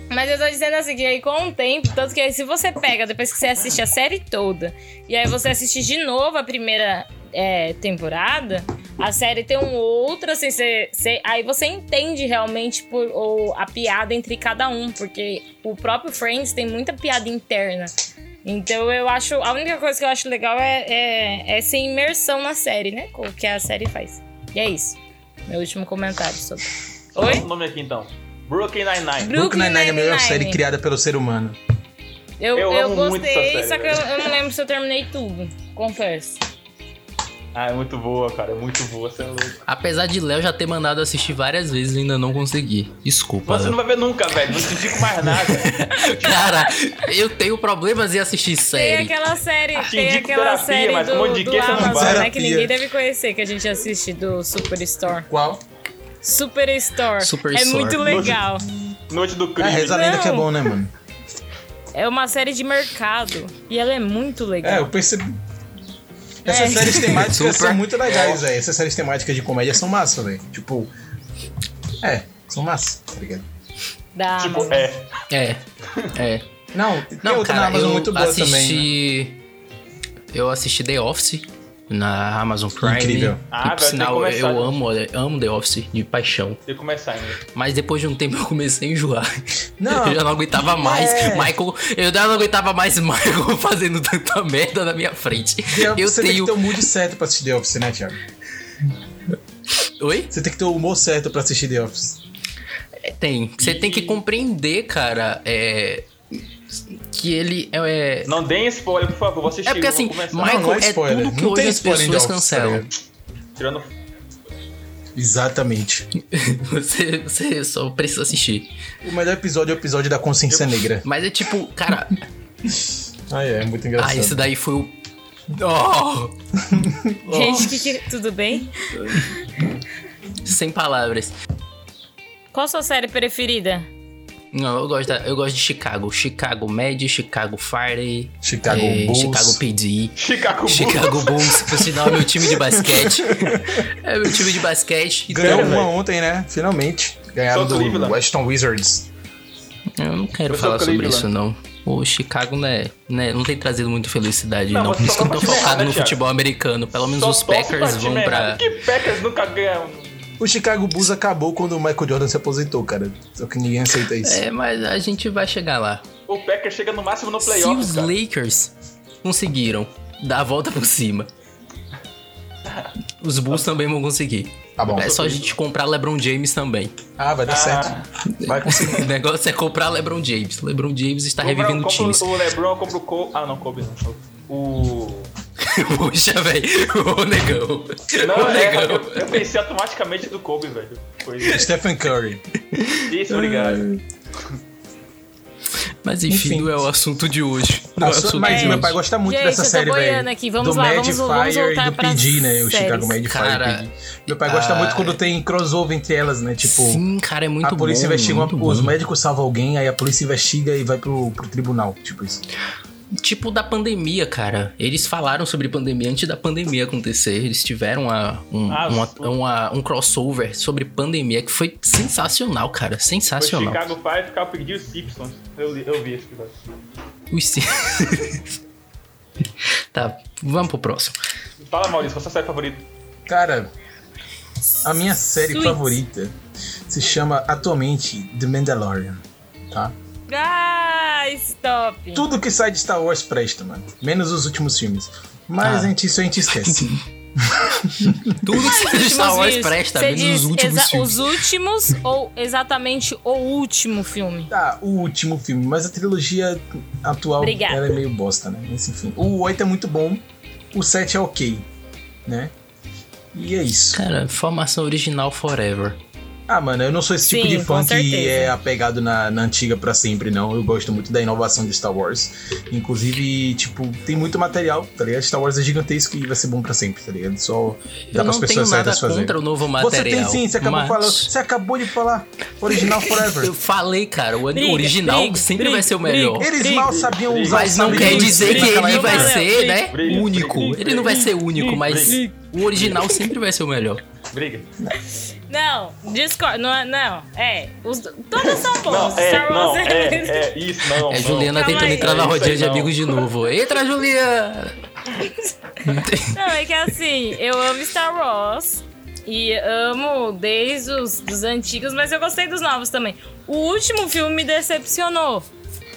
B: Mas eu tô dizendo assim, que aí com o tempo, tanto que aí se você pega, depois que você assiste a série toda, e aí você assiste de novo a primeira é, temporada, a série tem um outro, assim, você- você- aí você entende realmente por, ou a piada entre cada um, porque o próprio Friends tem muita piada interna. Então eu acho. A única coisa que eu acho legal é, é, essa imersão na série, né? O que a série faz. E é isso. Meu último comentário sobre. Oi?
C: Qual o nome aqui então? Brooklyn Nine-Nine.
D: Brooklyn Nine-Nine é a melhor
B: Nine-Nine.
D: série criada pelo ser humano.
B: Eu,
C: Eu
B: eu,
C: amo muito
B: gostei,
C: essa série,
B: só que eu, eu não lembro se eu terminei tudo. Confesso.
C: Ah, é muito boa, cara, é muito boa, você é louco.
A: Apesar de Léo já ter mandado assistir várias vezes, ainda não consegui. Desculpa,
C: Você
A: Léo.
C: não vai ver nunca, velho, não te digo mais nada.
A: Cara, eu tenho problemas em assistir
B: Tem
A: série.
B: aquela série, tem
C: indico
B: aquela
C: terapia,
B: série
C: mas um
B: do,
C: como eu indiquei,
B: do
C: você não
B: Amazon,
D: vai.
B: né? Que
D: Terapia.
B: ninguém deve conhecer, que a gente assiste do Superstore.
D: Qual?
B: Superstore.
A: Superstore.
B: É muito legal.
C: Noite do
D: É,
C: crime.
D: reza a lenda que é bom, né, mano?
B: É uma série de mercado. E ela é muito
D: É,
B: legal.
D: eu percebi. Essas
B: É.
D: séries temáticas
A: Super. É.
D: são muito legais, velho. Essas séries temáticas de comédia são massa, velho. Tipo. É, são massa, tá ligado?
B: Da
C: Tipo,
B: Amazon.
C: é.
A: É, é.
D: Não, tem
A: Não,
D: outra na
A: cara,
D: Amazon
A: eu
D: muito boa
A: assisti...
D: também. né?
A: Eu assisti The Office na Amazon Prime.
D: Incrível.
A: E,
C: Ah,
A: por
C: velho, tem
A: sinal,
C: que começar,
A: eu
C: né?
A: amo, olha, amo The Office de paixão.
C: Tem que começar ainda.
A: Mas depois de um tempo eu comecei a enjoar.
D: Não.
A: Eu já não aguentava mais.
D: É.
A: Michael, eu já não aguentava mais Michael fazendo tanta merda na minha frente.
D: The Office,
A: eu
D: você tem
A: tenho.
D: que ter o mood certo pra assistir The Office, né, Thiago?
A: Oi?
D: Você tem que ter um o humor certo pra assistir The Office.
A: Tem. Você tem que compreender, cara, é. Que ele é.
C: Não deem spoiler, por favor, vou assistir.
A: É porque
C: vou
A: assim,
C: começar.
A: Michael,
D: não, não
A: é
D: é spoiler.
A: tudo que
D: não
A: hoje
D: tem
A: as
D: spoiler em The
A: pessoas
D: Office, tá
A: cancelam.
D: ligado?
C: Tirando.
D: Exatamente.
A: Você, você só precisa assistir.
D: O melhor episódio é o episódio da consciência negra.
A: Mas é tipo, cara,
D: Ah, é, é muito engraçado.
A: ah, esse daí foi o. Oh!
C: é,
B: Gente, que, que- tudo bem?
A: Sem palavras.
B: Qual sua série preferida?
A: Não, eu gosto, da- eu gosto de Chicago. Chicago Med, Chicago Fire, eh,
D: Chicago Bulls.
A: Chicago PD.
C: Chicago Bulls.
A: Chicago Bulls, por sinal, é meu time de basquete. É meu time de basquete.
D: Ganhou
A: Então,
D: uma
C: velho.
D: ontem, né? Finalmente. Ganharam
C: Só
D: do
C: Cleveland.
D: Washington Wizards.
A: eu não quero
C: Eu sou
A: falar sobre
C: é Cleveland.
A: isso, não. O Chicago né, né, não tem trazido muita felicidade,
C: Não,
A: não.
C: mas
A: Por isso que
C: só
A: eu tô
C: pra time
A: focado
C: errado, né,
A: no
C: Thiago.
A: futebol americano. Pelo menos
C: Só
A: os
C: torce pra
A: Packers
C: time
A: vão pra.
C: errado. Que Packers nunca ganham.
D: O Chicago Bulls acabou quando o Michael Jordan se aposentou, cara. Só que ninguém aceita isso.
A: É, mas a gente vai chegar lá.
C: O Packers chega no máximo no
A: Se
C: playoff,
A: os
C: cara.
A: Lakers conseguiram dar a volta por cima, os Bulls também vão conseguir.
D: Tá bom.
A: É só a gente comprar LeBron James também.
D: Ah, vai dar
C: Ah.
D: certo. Vai conseguir.
A: O negócio é comprar LeBron James. LeBron James está
C: Compra-
A: revivendo
C: compra
A: times.
C: O LeBron compra o Kobe. Ah, não, Kobe não. O.
A: Puxa, velho. Ô, negão.
C: Não,
A: Ô,
C: é,
A: negão.
C: eu, eu pensei automaticamente do Kobe, velho. Coisa.
D: Stephen Curry.
C: Isso, obrigado.
A: Mas enfim,
D: Enfim.
A: não é o assunto de hoje. Não é o
D: Ah,
A: assunto
D: mas
A: de
D: meu
A: hoje.
D: pai gosta muito
B: Gente,
D: dessa
B: eu tô
D: série,
B: boiando
D: velho.
B: aqui. Vamos
D: do
B: lá,
D: Mad
B: vamos- vamos
D: Fire
B: voltar
D: e do
B: pras
D: PD, né? O
B: séries.
D: Chicago Mad
A: Cara,
D: Fire e PD. Meu pai gosta
A: ah,
D: muito quando tem crossover entre elas, né? Tipo,
A: Sim, cara, é muito bom.
D: a polícia investiga, uma,
A: muito
D: os
A: bom.
D: médicos salvam alguém, aí a polícia investiga e vai pro, pro tribunal. Tipo isso.
A: Tipo da pandemia, cara. Eles falaram sobre pandemia antes da pandemia acontecer. Eles tiveram uma, um,
C: Ah,
A: uma-
C: o-
A: uma- um crossover sobre pandemia que foi sensacional, cara.
C: O
A: Sensacional.
C: Chicago Fire ficava pedindo os Simpsons. Eu, li- eu vi esse episódio.
A: Os sim. tá, vamos pro próximo.
C: Fala, Maurício, qual a sua série favorita?
D: Cara, a minha série
B: Suits.
D: favorita se chama atualmente The Mandalorian. Tá?
B: Ah, stop.
D: Tudo que sai de Star Wars presta, mano. Menos os últimos filmes. Mas
A: Ah.
D: a gente, isso a gente esquece.
A: Tudo que você
B: Os
A: Star Wars
B: vídeos.
A: presta,
B: Você
A: menos os
B: diz
A: últimos
B: exa-
A: filmes.
B: Os últimos ou exatamente o último filme?
D: Tá, o último filme, mas a trilogia atual
B: Obrigada.
D: ela é meio bosta, né? Mas enfim. O 8 é muito bom, o 7 é ok, né? E é isso.
A: Cara, formação original forever.
D: Ah, mano, eu não sou esse tipo
B: Sim,
D: de
B: com
D: fã que
B: certeza.
D: é apegado na, na antiga pra sempre, não. Eu gosto muito da inovação de Star Wars. Inclusive, tipo, tem muito material, tá ligado? Star Wars é gigantesco e vai ser bom pra sempre, tá ligado? Só dá
A: Eu
D: pras
A: não tenho
D: pessoas
A: nada
D: certas fazerem.
A: contra o novo
D: Você tem
A: material.
D: sim, você acabou
A: mas-
D: falando. Você acabou de falar original forever.
A: Eu falei, cara, o
B: Briga,
A: original
B: briga,
A: sempre
B: briga,
A: vai ser o melhor.
B: briga.
D: Eles mal sabiam usar
A: Mas
D: o
A: não
D: sabre
A: quer
D: de luz
A: dizer que
D: naquela
A: ele
D: época.
A: vai
B: Não, não,
A: ser,
B: briga,
A: né?
C: briga,
A: único.
C: briga,
A: ele não vai ser único, mas
C: briga.
A: o original sempre vai ser o melhor.
C: Briga.
B: Não, Discord, não, é- não, é. Os, todas são boas.
C: Não, é,
B: Star
C: não,
B: Wars
C: é, é, isso, não.
A: É
C: não.
A: a Juliana
B: Calma
A: tentando
B: aí.
A: entrar na
C: É isso aí,
A: rodinha de
C: não.
A: amigos de novo. Entra, Juliana!
B: Não, é que assim, eu amo Star Wars e amo desde os dos antigos, mas eu gostei dos novos também. O último filme me decepcionou,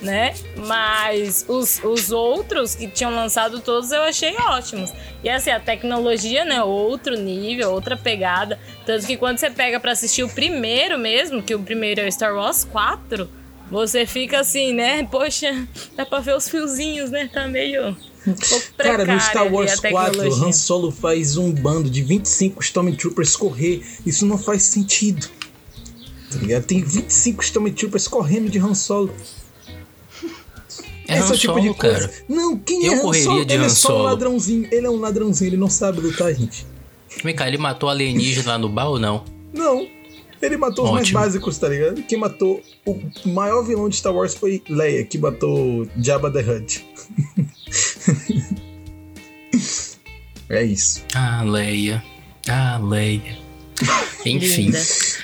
B: né? Mas os, os outros que tinham lançado todos eu achei ótimos. E assim, a tecnologia, né? Outro nível, outra pegada. Tanto que quando você pega pra assistir o primeiro mesmo, que o primeiro é o Star Wars 4, você fica assim, né? Poxa, dá pra ver os fiozinhos, né? Tá meio. um pouco
E: Cara,
B: precária
E: no Star
B: ali a
E: Wars 4,
B: tecnologia.
E: Han Solo faz um bando de 25 Stormtroopers correr. Isso não faz sentido. Tá ligado? Tem 25 Stormtroopers correndo de Han Solo.
A: É
E: Esse
A: Han
E: é o tipo
A: Solo,
E: de coisa.
A: cara.
E: Não, quem
A: Eu
E: é Han
A: correria
E: Solo?
A: de
E: ele
A: Han
E: é só um
A: Solo.
E: ladrãozinho. Ele é um ladrãozinho, ele não sabe lutar, gente.
A: Vem cá, ele matou alienígena lá no bar ou não?
E: Não. Ele matou os mais
A: Ótimo.
E: básicos, tá ligado? Quem matou o maior vilão de Star Wars foi Leia, que matou Jabba the Hutt. é isso.
A: Ah, Leia. Ah, Leia. Enfim.
B: Linda.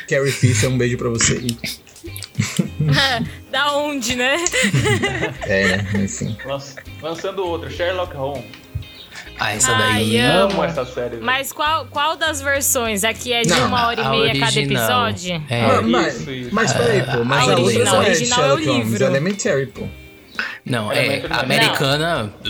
E: Carrie Fisher, um beijo pra você. E-
B: da onde, né?
E: É, né? Enfim.
C: Lanç- Lançando outra, Sherlock Holmes.
A: Ah, essa
B: Ai,
A: daí.
B: eu-
C: Amo,
B: Amo.
C: essa série. velho.
B: Mas qual, qual das versões? A que é de
E: Não,
B: uma hora e
A: a
B: meia cada
A: original.
B: episódio?
A: É.
E: Ah,
C: isso,
E: mas,
C: isso.
E: mas peraí, pô. Mas
A: a
E: a,
A: original-
E: outra
A: a
E: não é
B: original
E: de
B: é o
E: Sherlock Holmes,
B: livro.
E: ela é Elementary, pô.
A: Não,
C: Ela
A: é.
C: vai
A: A
C: terminar.
A: americana. Uh,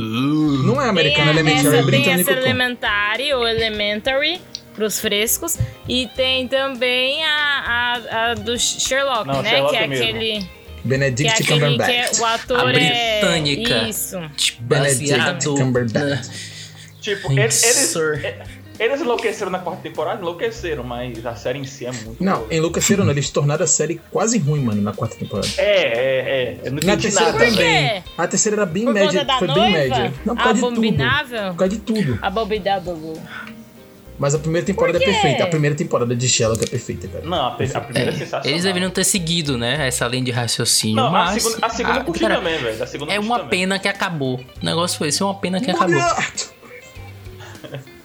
A: uh.
E: Não é
B: Tem,
E: americano,
B: a,
E: Elementary
B: essa,
E: é
B: tem
E: britânico,
B: essa
E: pô.
B: elementary ou elementary pros frescos. E tem também a, a, a do Sherlock,
C: Não,
B: né?
C: Sherlock
B: que é
C: mesmo.
B: aquele. Que é
E: Benedict
B: aquele que é,
E: Cumberbatch.
B: o ator
A: A
B: é.
A: britânica.
B: Isso.
A: Tipo,
E: Benedict
A: baseado
E: Cumberbatch.
A: na-
C: Tipo,
A: Thanks,
C: eles, eles,
A: sir.
C: é- eles, Eles enlouqueceram na quarta temporada, enlouqueceram, mas a série em si é muito.
E: Não, enlouqueceram, não. Eles tornaram a série quase ruim, mano, na quarta temporada.
C: É, é, é. Eu não
E: Na
C: entendi
E: terceira
C: nada.
B: Por quê?
E: também. A terceira era bem
B: Por conta
E: média.
B: da
E: Foi bem
B: noiva?
E: média. Não, por causa de tudo.
B: Abominável?
E: Por causa de tudo.
B: Abominável.
E: Mas a primeira temporada é
B: Por quê?
E: perfeita. A primeira temporada de Sherlock é perfeita, cara.
C: Não, a, pe- a primeira é, sensacional.
A: Eles deveriam ter seguido, né? Essa linha de raciocínio.
C: Não, a
A: mas.
C: segunda, a segunda
A: Ah,
C: eu curti
A: cara,
C: também, velho. A segunda
A: É
C: eu curti
A: uma
C: também.
A: pena que acabou. O negócio foi isso, é uma pena que acabou.
E: Moriarty!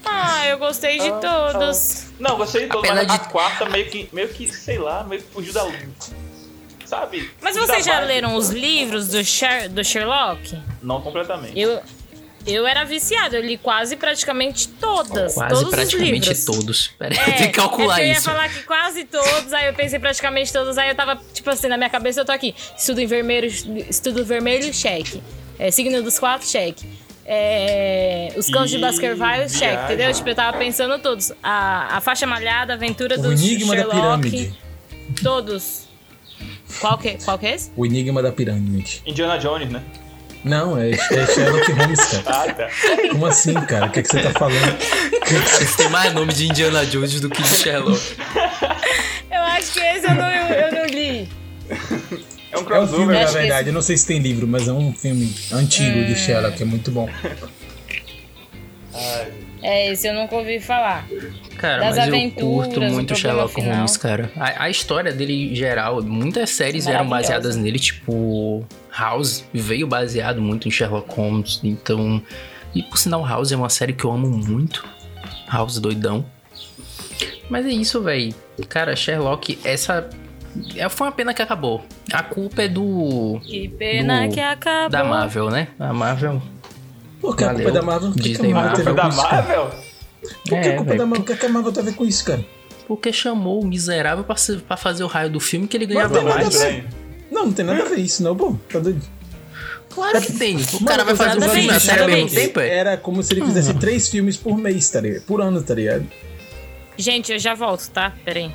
B: Ah, eu gostei de todos.
C: Não, eu gostei de todo,
A: Apesar
C: mas a
A: de-
C: quarta meio que, meio que, sei lá, meio que fugiu da. Sabe?
B: Mas
C: Fugiu
B: vocês
C: da
B: já
C: vibe.
B: leram os livros do, Sher- do Sherlock?
C: Não completamente.
B: Eu, eu era viciada, eu li quase praticamente todas.
A: Quase
B: todos
A: praticamente
B: os livros.
A: todos. Pera aí,
B: É,
A: eu tenho que calcular
B: é que eu ia
A: isso.
B: falar que quase todos, aí eu pensei praticamente todos, aí eu tava, tipo assim, na minha cabeça eu tô aqui. Estudo em vermelho, estudo vermelho, cheque. É, signo dos quatro, cheque. É, os cães de
C: Ih,
B: Baskerville, cheque,
C: viagem.
B: entendeu? Tipo, eu tava pensando todos. A, a faixa malhada, a aventura do
E: O Enigma da
B: Sherlock.
E: Pirâmide.
B: Todos. Qual que, qual que é esse?
E: O Enigma da Pirâmide.
C: Indiana Jones, né?
E: Não, é, é Sherlock Holmes, cara.
C: Ah, tá.
E: Como assim, cara? O que, é que você tá falando?
A: Tem mais nome de Indiana Jones do que de Sherlock.
B: Eu acho que esse eu não, eu não li.
C: É um
E: É um filme,
C: crossover.
E: na
B: acho que
E: verdade.
B: esse-
E: Eu não sei se tem livro, mas é um filme antigo de Sherlock. É muito bom.
B: É, esse eu nunca ouvi falar.
A: Cara,
B: Das
A: mas eu
B: aventuras,
A: curto
B: o
A: muito
B: problema
A: Sherlock
B: final.
A: Holmes, cara. A, a história dele em geral, muitas séries eram
B: Maravilhosa.
A: baseadas nele, tipo House veio baseado muito em Sherlock Holmes, então e por sinal House é uma série que eu amo muito. House doidão. Mas é isso, velho. Cara, Sherlock, essa é- foi uma pena que acabou. A culpa é do
B: Que pena
A: Do-
B: que acabou.
A: da Marvel, né? A Marvel.
E: Por que a culpa
A: Valeu.
E: é da Marvel? Por que que
A: Disney
E: a
A: Marvel.
E: Marvel
C: Foi
E: teve
C: da
E: com isso, cara?
C: Marvel?
E: Por que a
A: É,
E: culpa
A: velho.
E: da Marvel? O que é que a Marvel tem a ver com isso, cara?
A: Porque chamou o miserável pra se- pra fazer o raio do filme que ele ganhava
E: tem nada a
A: mais.
E: ver.
C: Estranho.
E: Não, não tem nada a ver isso, não. Bom, tá doido.
A: Claro que tem. O cara vai
E: Mano,
A: fazer um
E: nada a
A: filme
E: ver
A: na
E: isso,
A: série ao
E: nada a
A: mesmo
E: ver isso.
A: tempo, é?
E: Era como se ele fizesse três filmes por mês, tá ligado? Por ano, tá ligado?
B: Gente, eu já volto, tá? Peraí.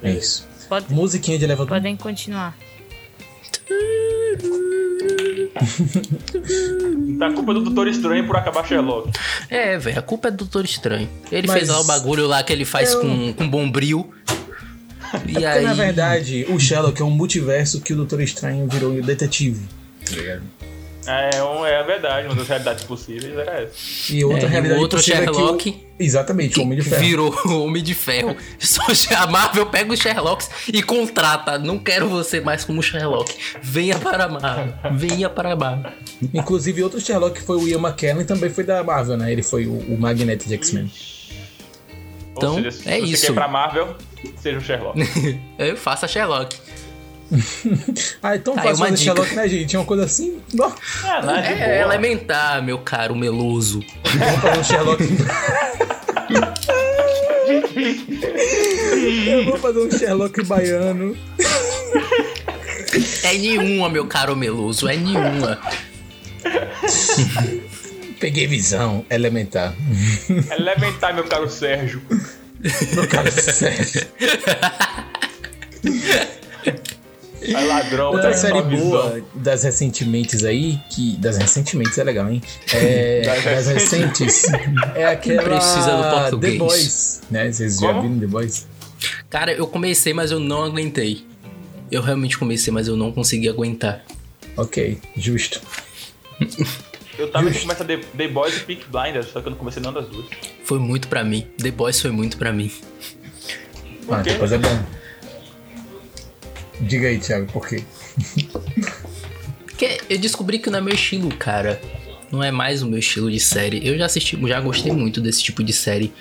E: É
A: Uhum.
E: isso.
B: Pode-
E: Musiquinha de elevador.
B: Podem continuar.
C: Tá a culpa do Doutor Estranho por acabar Sherlock.
A: É, velho, a culpa é do Doutor Estranho. Ele
E: Mas
A: fez lá o bagulho lá que ele faz
E: eu- É
A: com, com bombril. E
E: Porque,
A: aí.
E: na verdade, o Sherlock é um multiverso que o Doutor Estranho virou um detetive.
C: É, um- é verdade, uma das realidades possíveis era essa.
E: E outra
A: É,
E: realidade
A: o outro
E: possível é que o-
A: Sherlock-
E: Exatamente, o é um Homem de Ferro.
A: Virou o Homem de Ferro. Só che- a Marvel pega o Sherlock e contrata. Não quero você mais como Sherlock. Venha para a Marvel. Venha para a Marvel.
E: Inclusive, outro Sherlock que foi o Ian McKellen, também foi da Marvel, né? Ele foi o, o Magneto de X-Men.
A: Então,
C: Ou seja, se
A: é
C: você
A: isso.
C: quer pra Marvel, seja o Sherlock.
A: Eu faço a Sherlock.
E: Ah, então
A: Tá,
E: faz
A: é uma dica.
E: fazer Sherlock, né, gente? É uma coisa assim. Não,
C: Ah, não, de boa.
A: É elementar, meu caro meloso.
E: vamos fazer um Sherlock. Eu vou fazer um Sherlock baiano.
A: É nenhuma, meu caro meloso. É nenhuma.
E: Peguei visão elementar.
C: Elementar, É meu caro Sérgio.
E: No caso, sério.
C: É ladrão, tá
E: Outra
C: com
E: série
C: uma visão.
E: boa das recentemente aí, que. Das recentemente é legal, hein? É,
C: Das
E: das recentes. É aquela.
A: Precisa do português.
E: The Boys, né? Vocês já
C: Como?
E: viram The Boys?
A: Cara, eu comecei, mas eu não aguentei. Eu realmente comecei, mas eu não consegui aguentar.
E: Ok, justo.
C: Eu tava que começa The, The Boys e Peak Blinders, só que eu não comecei nenhuma das duas.
A: Foi muito pra mim. The Boys foi muito pra mim.
E: Ah,
C: quê?
E: depois é bom. Diga aí, Thiago, por quê?
A: Porque eu descobri que não é meu estilo, cara. Não é mais o meu estilo de série. Eu já assisti, já gostei muito desse tipo de série.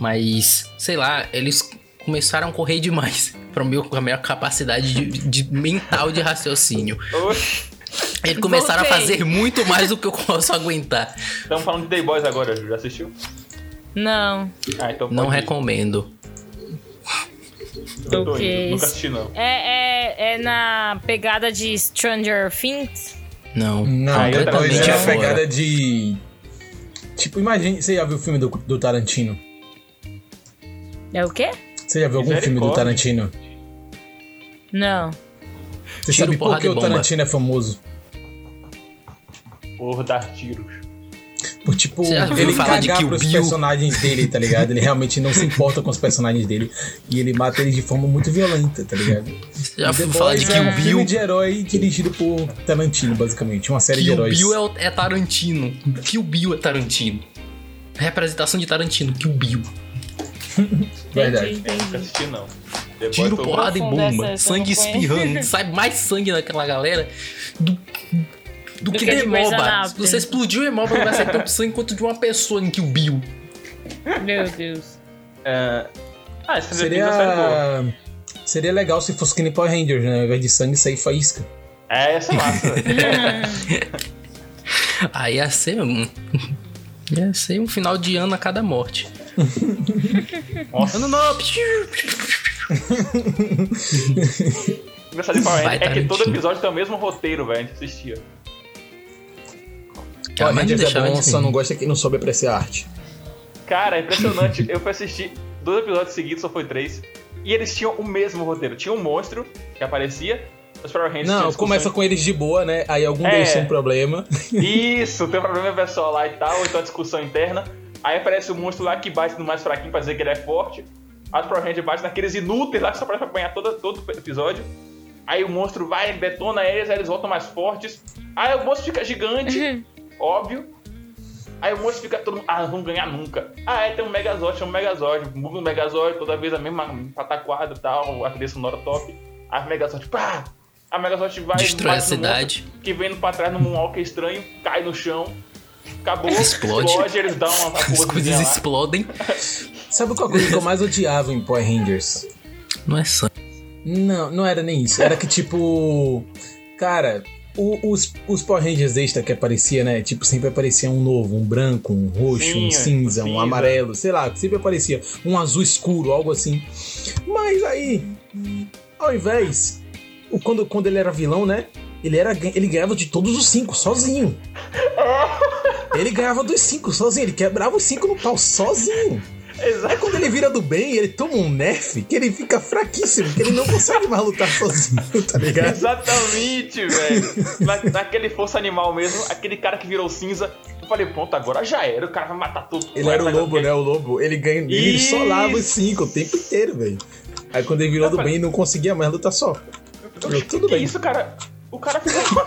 A: Mas, sei lá, eles começaram a correr demais pra meu, pra minha capacidade de, de mental de raciocínio.
C: Oxe,
A: Eles começaram a
B: Voltei.
A: fazer muito mais do que eu posso aguentar.
C: estamos falando de The Boys agora, Ju. Já assistiu?
B: Não.
C: Ah, então
A: Não
C: pode ir.
A: recomendo.
C: Eu tô
B: Ok.
C: indo. Nunca assisti, não.
B: É, é, é na pegada de Stranger Things?
A: Não.
E: Não,
C: Ah, eu
E: The
C: também
E: Boys
A: completamente
E: é
C: já
E: uma
A: fora.
E: pegada de. Tipo, imagine. Você já viu o filme do, do Tarantino?
B: É o quê?
E: Você já viu algum filme do
C: Misericórdia.
E: Tarantino?
B: Não.
E: Você
A: Tiro,
E: sabe por
A: porrada
E: que
A: e
E: o
A: bomba.
E: Tarantino é famoso?
C: Por dar tiros.
E: Por, tipo,
A: Você já ouviu
E: ele
A: falar de
E: cagar
A: Kill
E: pros
A: Bill?
E: personagens dele, tá ligado? Ele realmente não se importa com os personagens dele. E ele mata eles de forma muito violenta, tá ligado?
A: Você já
E: The
A: ouviu falar de
E: Boys é
A: Kill
E: um filme
A: Bill?
E: de herói dirigido por Tarantino, basicamente. Uma série de
A: Kill
E: heróis.
A: Bill é, o- é Tarantino. Kill Bill é Tarantino. Representação de Tarantino, Kill Bill.
E: Verdade.
B: Entendi,
C: Nunca
B: entendi.
C: assisti, não. The Boys
A: Tiro,
C: foi-
A: porrada e
B: profunda
A: bomba.
B: essa, essa
A: sangue
B: eu não
A: espirrando. Sai mais sangue daquela galera do, do, que,
B: que de
A: de MOBA.
B: Grey's
A: Se você explodiu o MOBA, não vai sair tanto sangue quanto de uma pessoa em Kill Bill.
B: Meu Deus.
C: É... Ah, esse Stranger Things é uma série boa.
E: Seria. Seria legal se fosse que nem Power Rangers, né? Ao invés de sangue sair faísca.
A: Ah,
C: É, essa é massa.
A: Aí ia ser um. Ia ser um final de ano a cada morte.
C: Nossa,
A: Ano novo!
C: engraçado de
A: Vai, tá
C: Power Rangers é que
A: Tarantino.
C: todo episódio tem o mesmo roteiro, velho. A gente assistia.
A: Cara, mas não
E: Rangers é
A: deixava
E: bom,
A: de
E: só não gosta quem não soube apreciar a arte.
C: Cara, é impressionante. Eu fui assistir dois episódios seguidos, só foi três. E eles tinham o mesmo roteiro. Tinha um monstro que aparecia, os Power Rangers tinham
E: Não,
C: discussões.
E: começa com eles de boa, né? Aí algum
C: É.
E: deles tem um problema.
C: Isso, tem um problema pessoal lá e tal, então a discussão interna. Aí aparece o monstro lá que bate no mais fraquinho pra dizer que ele é forte. Aí o Power Ranger bate naqueles inúteis lá que só aparece pra apanhar todo, todo episódio. Aí o monstro vai, detona eles, aí eles voltam mais fortes. Aí o monstro fica gigante, óbvio. Aí o monstro fica todo mundo, ah, não vamos ganhar nunca. Ah, é, tem um Megazord, chama um Megazord, muda um Megazord, toda vez a mesma pataquada e tal, a trilha sonora top. Aí o Megazord, pá! A Megazord vai
A: Destrói a
C: bate no monstro
A: cidade.
C: que vem indo pra trás num walker estranho, cai no chão, acabou,
A: Explode.
C: eles dão uma
A: As
C: coisinha
A: coisas
C: lá.
A: explodem.
E: Sabe qual coisa que eu mais odiava em Power Rangers?
A: Não é sangue.
E: Não, não era nem isso. Era que, tipo. Cara, o- os, os Power Rangers extra que aparecia, né? Tipo, sempre aparecia um novo, um branco, um roxo,
C: Sim,
E: um
C: é,
E: cinza, um
C: cinza.
E: amarelo, sei lá, sempre aparecia um azul escuro, algo assim. Mas aí, ao invés. o- Quando, quando ele era vilão, né? Ele, era, gan- ele ganhava de todos os cinco, sozinho.
C: É.
E: Ele ganhava dos cinco sozinho, ele quebrava os cinco no pau sozinho. Aí
C: Exato.
E: quando ele vira do bem, ele toma um nerf que ele fica fraquíssimo, que ele não consegue mais lutar sozinho, tá ligado?
C: Exatamente, velho. Na, naquele Força Animal mesmo, aquele cara que virou cinza, eu falei, pronto, agora já era, o cara vai matar tudo.
E: Ele era o
C: Vai fazer
E: lobo,
C: quê?
E: né? O lobo, ele ganha. Ele só lava os cinco o tempo inteiro, velho. Aí quando ele virou do bem, não conseguia mais lutar só.
C: Oxe,
E: Tudo
C: que é
E: bem.
C: isso, cara? O cara ficou...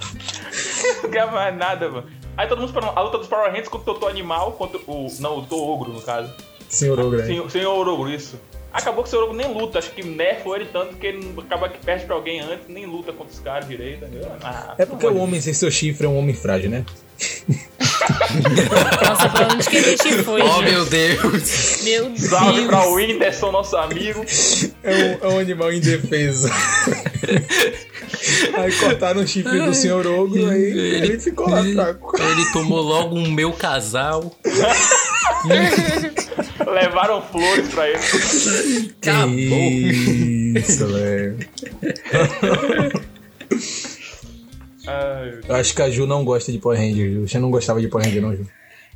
C: não ganhava mais nada, mano. Aí todo mundo esperando a luta dos Power Rangers contra o Totô Animal, contra o... Não, o Totô Ogro, no caso.
E: Senhor Ogre. né?
C: Senhor, senhor Orogro, isso. Acabou que o Senhor Orogro nem luta, acho que nerfou ele tanto que ele acaba que perde pra alguém antes, nem luta contra os caras direito. entendeu? Ah,
E: É porque
C: não
E: o
C: pode-
E: homem sem seu chifre é um homem frágil, né?
B: Nossa, pra onde que a gente foi?
A: Oh,
B: gente?
A: meu Deus.
B: Meu Deus.
C: um Salve pra Whindersson, nosso amigo.
E: É um, é um animal indefeso. aí cortaram o chifre do senhor ogro, aí ele ficou lá tá? fraco.
A: Ele tomou logo um meu casal.
C: Levaram flores pra ele.
A: Acabou.
E: Isso, velho.
C: Ai,
E: Eu acho que a Ju não gosta de Power Ranger, Ju. Você não gostava de Power Ranger, não, Ju?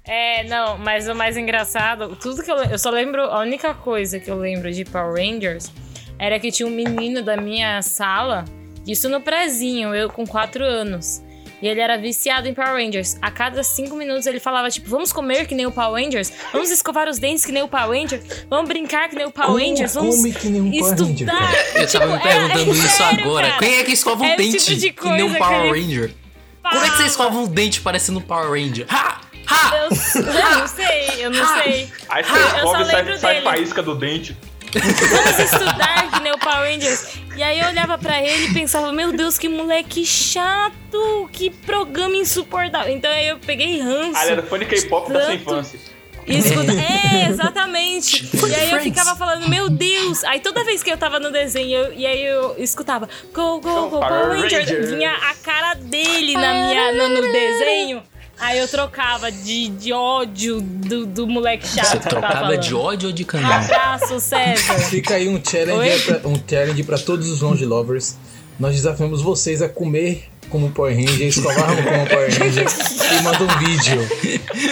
B: É, não, mas o mais engraçado, tudo que eu, le- eu só lembro, a única coisa que eu lembro de Power Rangers era que tinha um menino da minha sala, isso no prezinho, eu com 4 anos. E ele era viciado em Power Rangers. A cada cinco minutos ele falava, tipo, vamos comer que nem o Power Rangers? Vamos escovar os dentes que nem o Power Rangers? Vamos brincar que nem o Power
E: Como
B: Rangers? Vamos
E: come que nem um Power Ranger,
B: estudar?
A: Eu tava me
B: Tipo, era-
A: perguntando
B: é
A: isso
B: sério,
A: agora.
B: cara.
A: Quem é que escova um
B: É o tipo
A: dente
B: de
A: e nem um
B: coisa que
A: Power
B: ele
A: Ranger? Como é que você
B: Fala.
A: escova um dente parecendo um Power Ranger? Ha! Ha!
B: Eu, s- eu não sei, eu não sei. Ah,
C: Aí você
B: eu
C: escova
B: só
C: e sai,
B: lembro
C: sai
B: dele.
C: faísca do dente.
B: vamos estudar que nem o Power Rangers. E aí eu olhava pra ele e pensava, meu Deus, que moleque chato, que programa insuportável. Então aí eu peguei ranço.
C: Ah, ele era fã de K-pop da sua
B: Tanto-
C: infância.
B: E escuta- É, exatamente. E aí eu ficava falando, meu Deus. Aí toda vez que eu tava no desenho, eu- e aí eu escutava, go, go, go,
C: Power
B: Então, Power Rangers.
C: Rangers.
B: Vinha a cara dele na minha, no, no desenho. Aí eu trocava de, de ódio do, do moleque chato.
A: Você
B: que eu tava
A: trocava de
B: Tá falando.
A: ódio ou de
E: É.
A: canal?
B: Abraço, César.
E: Fica aí um challenge,
B: Oi?
E: pra, um challenge pra todos os Longe Lovers. Nós desafiamos vocês a comer como Power Ranger, escovar como Power Ranger e manda um vídeo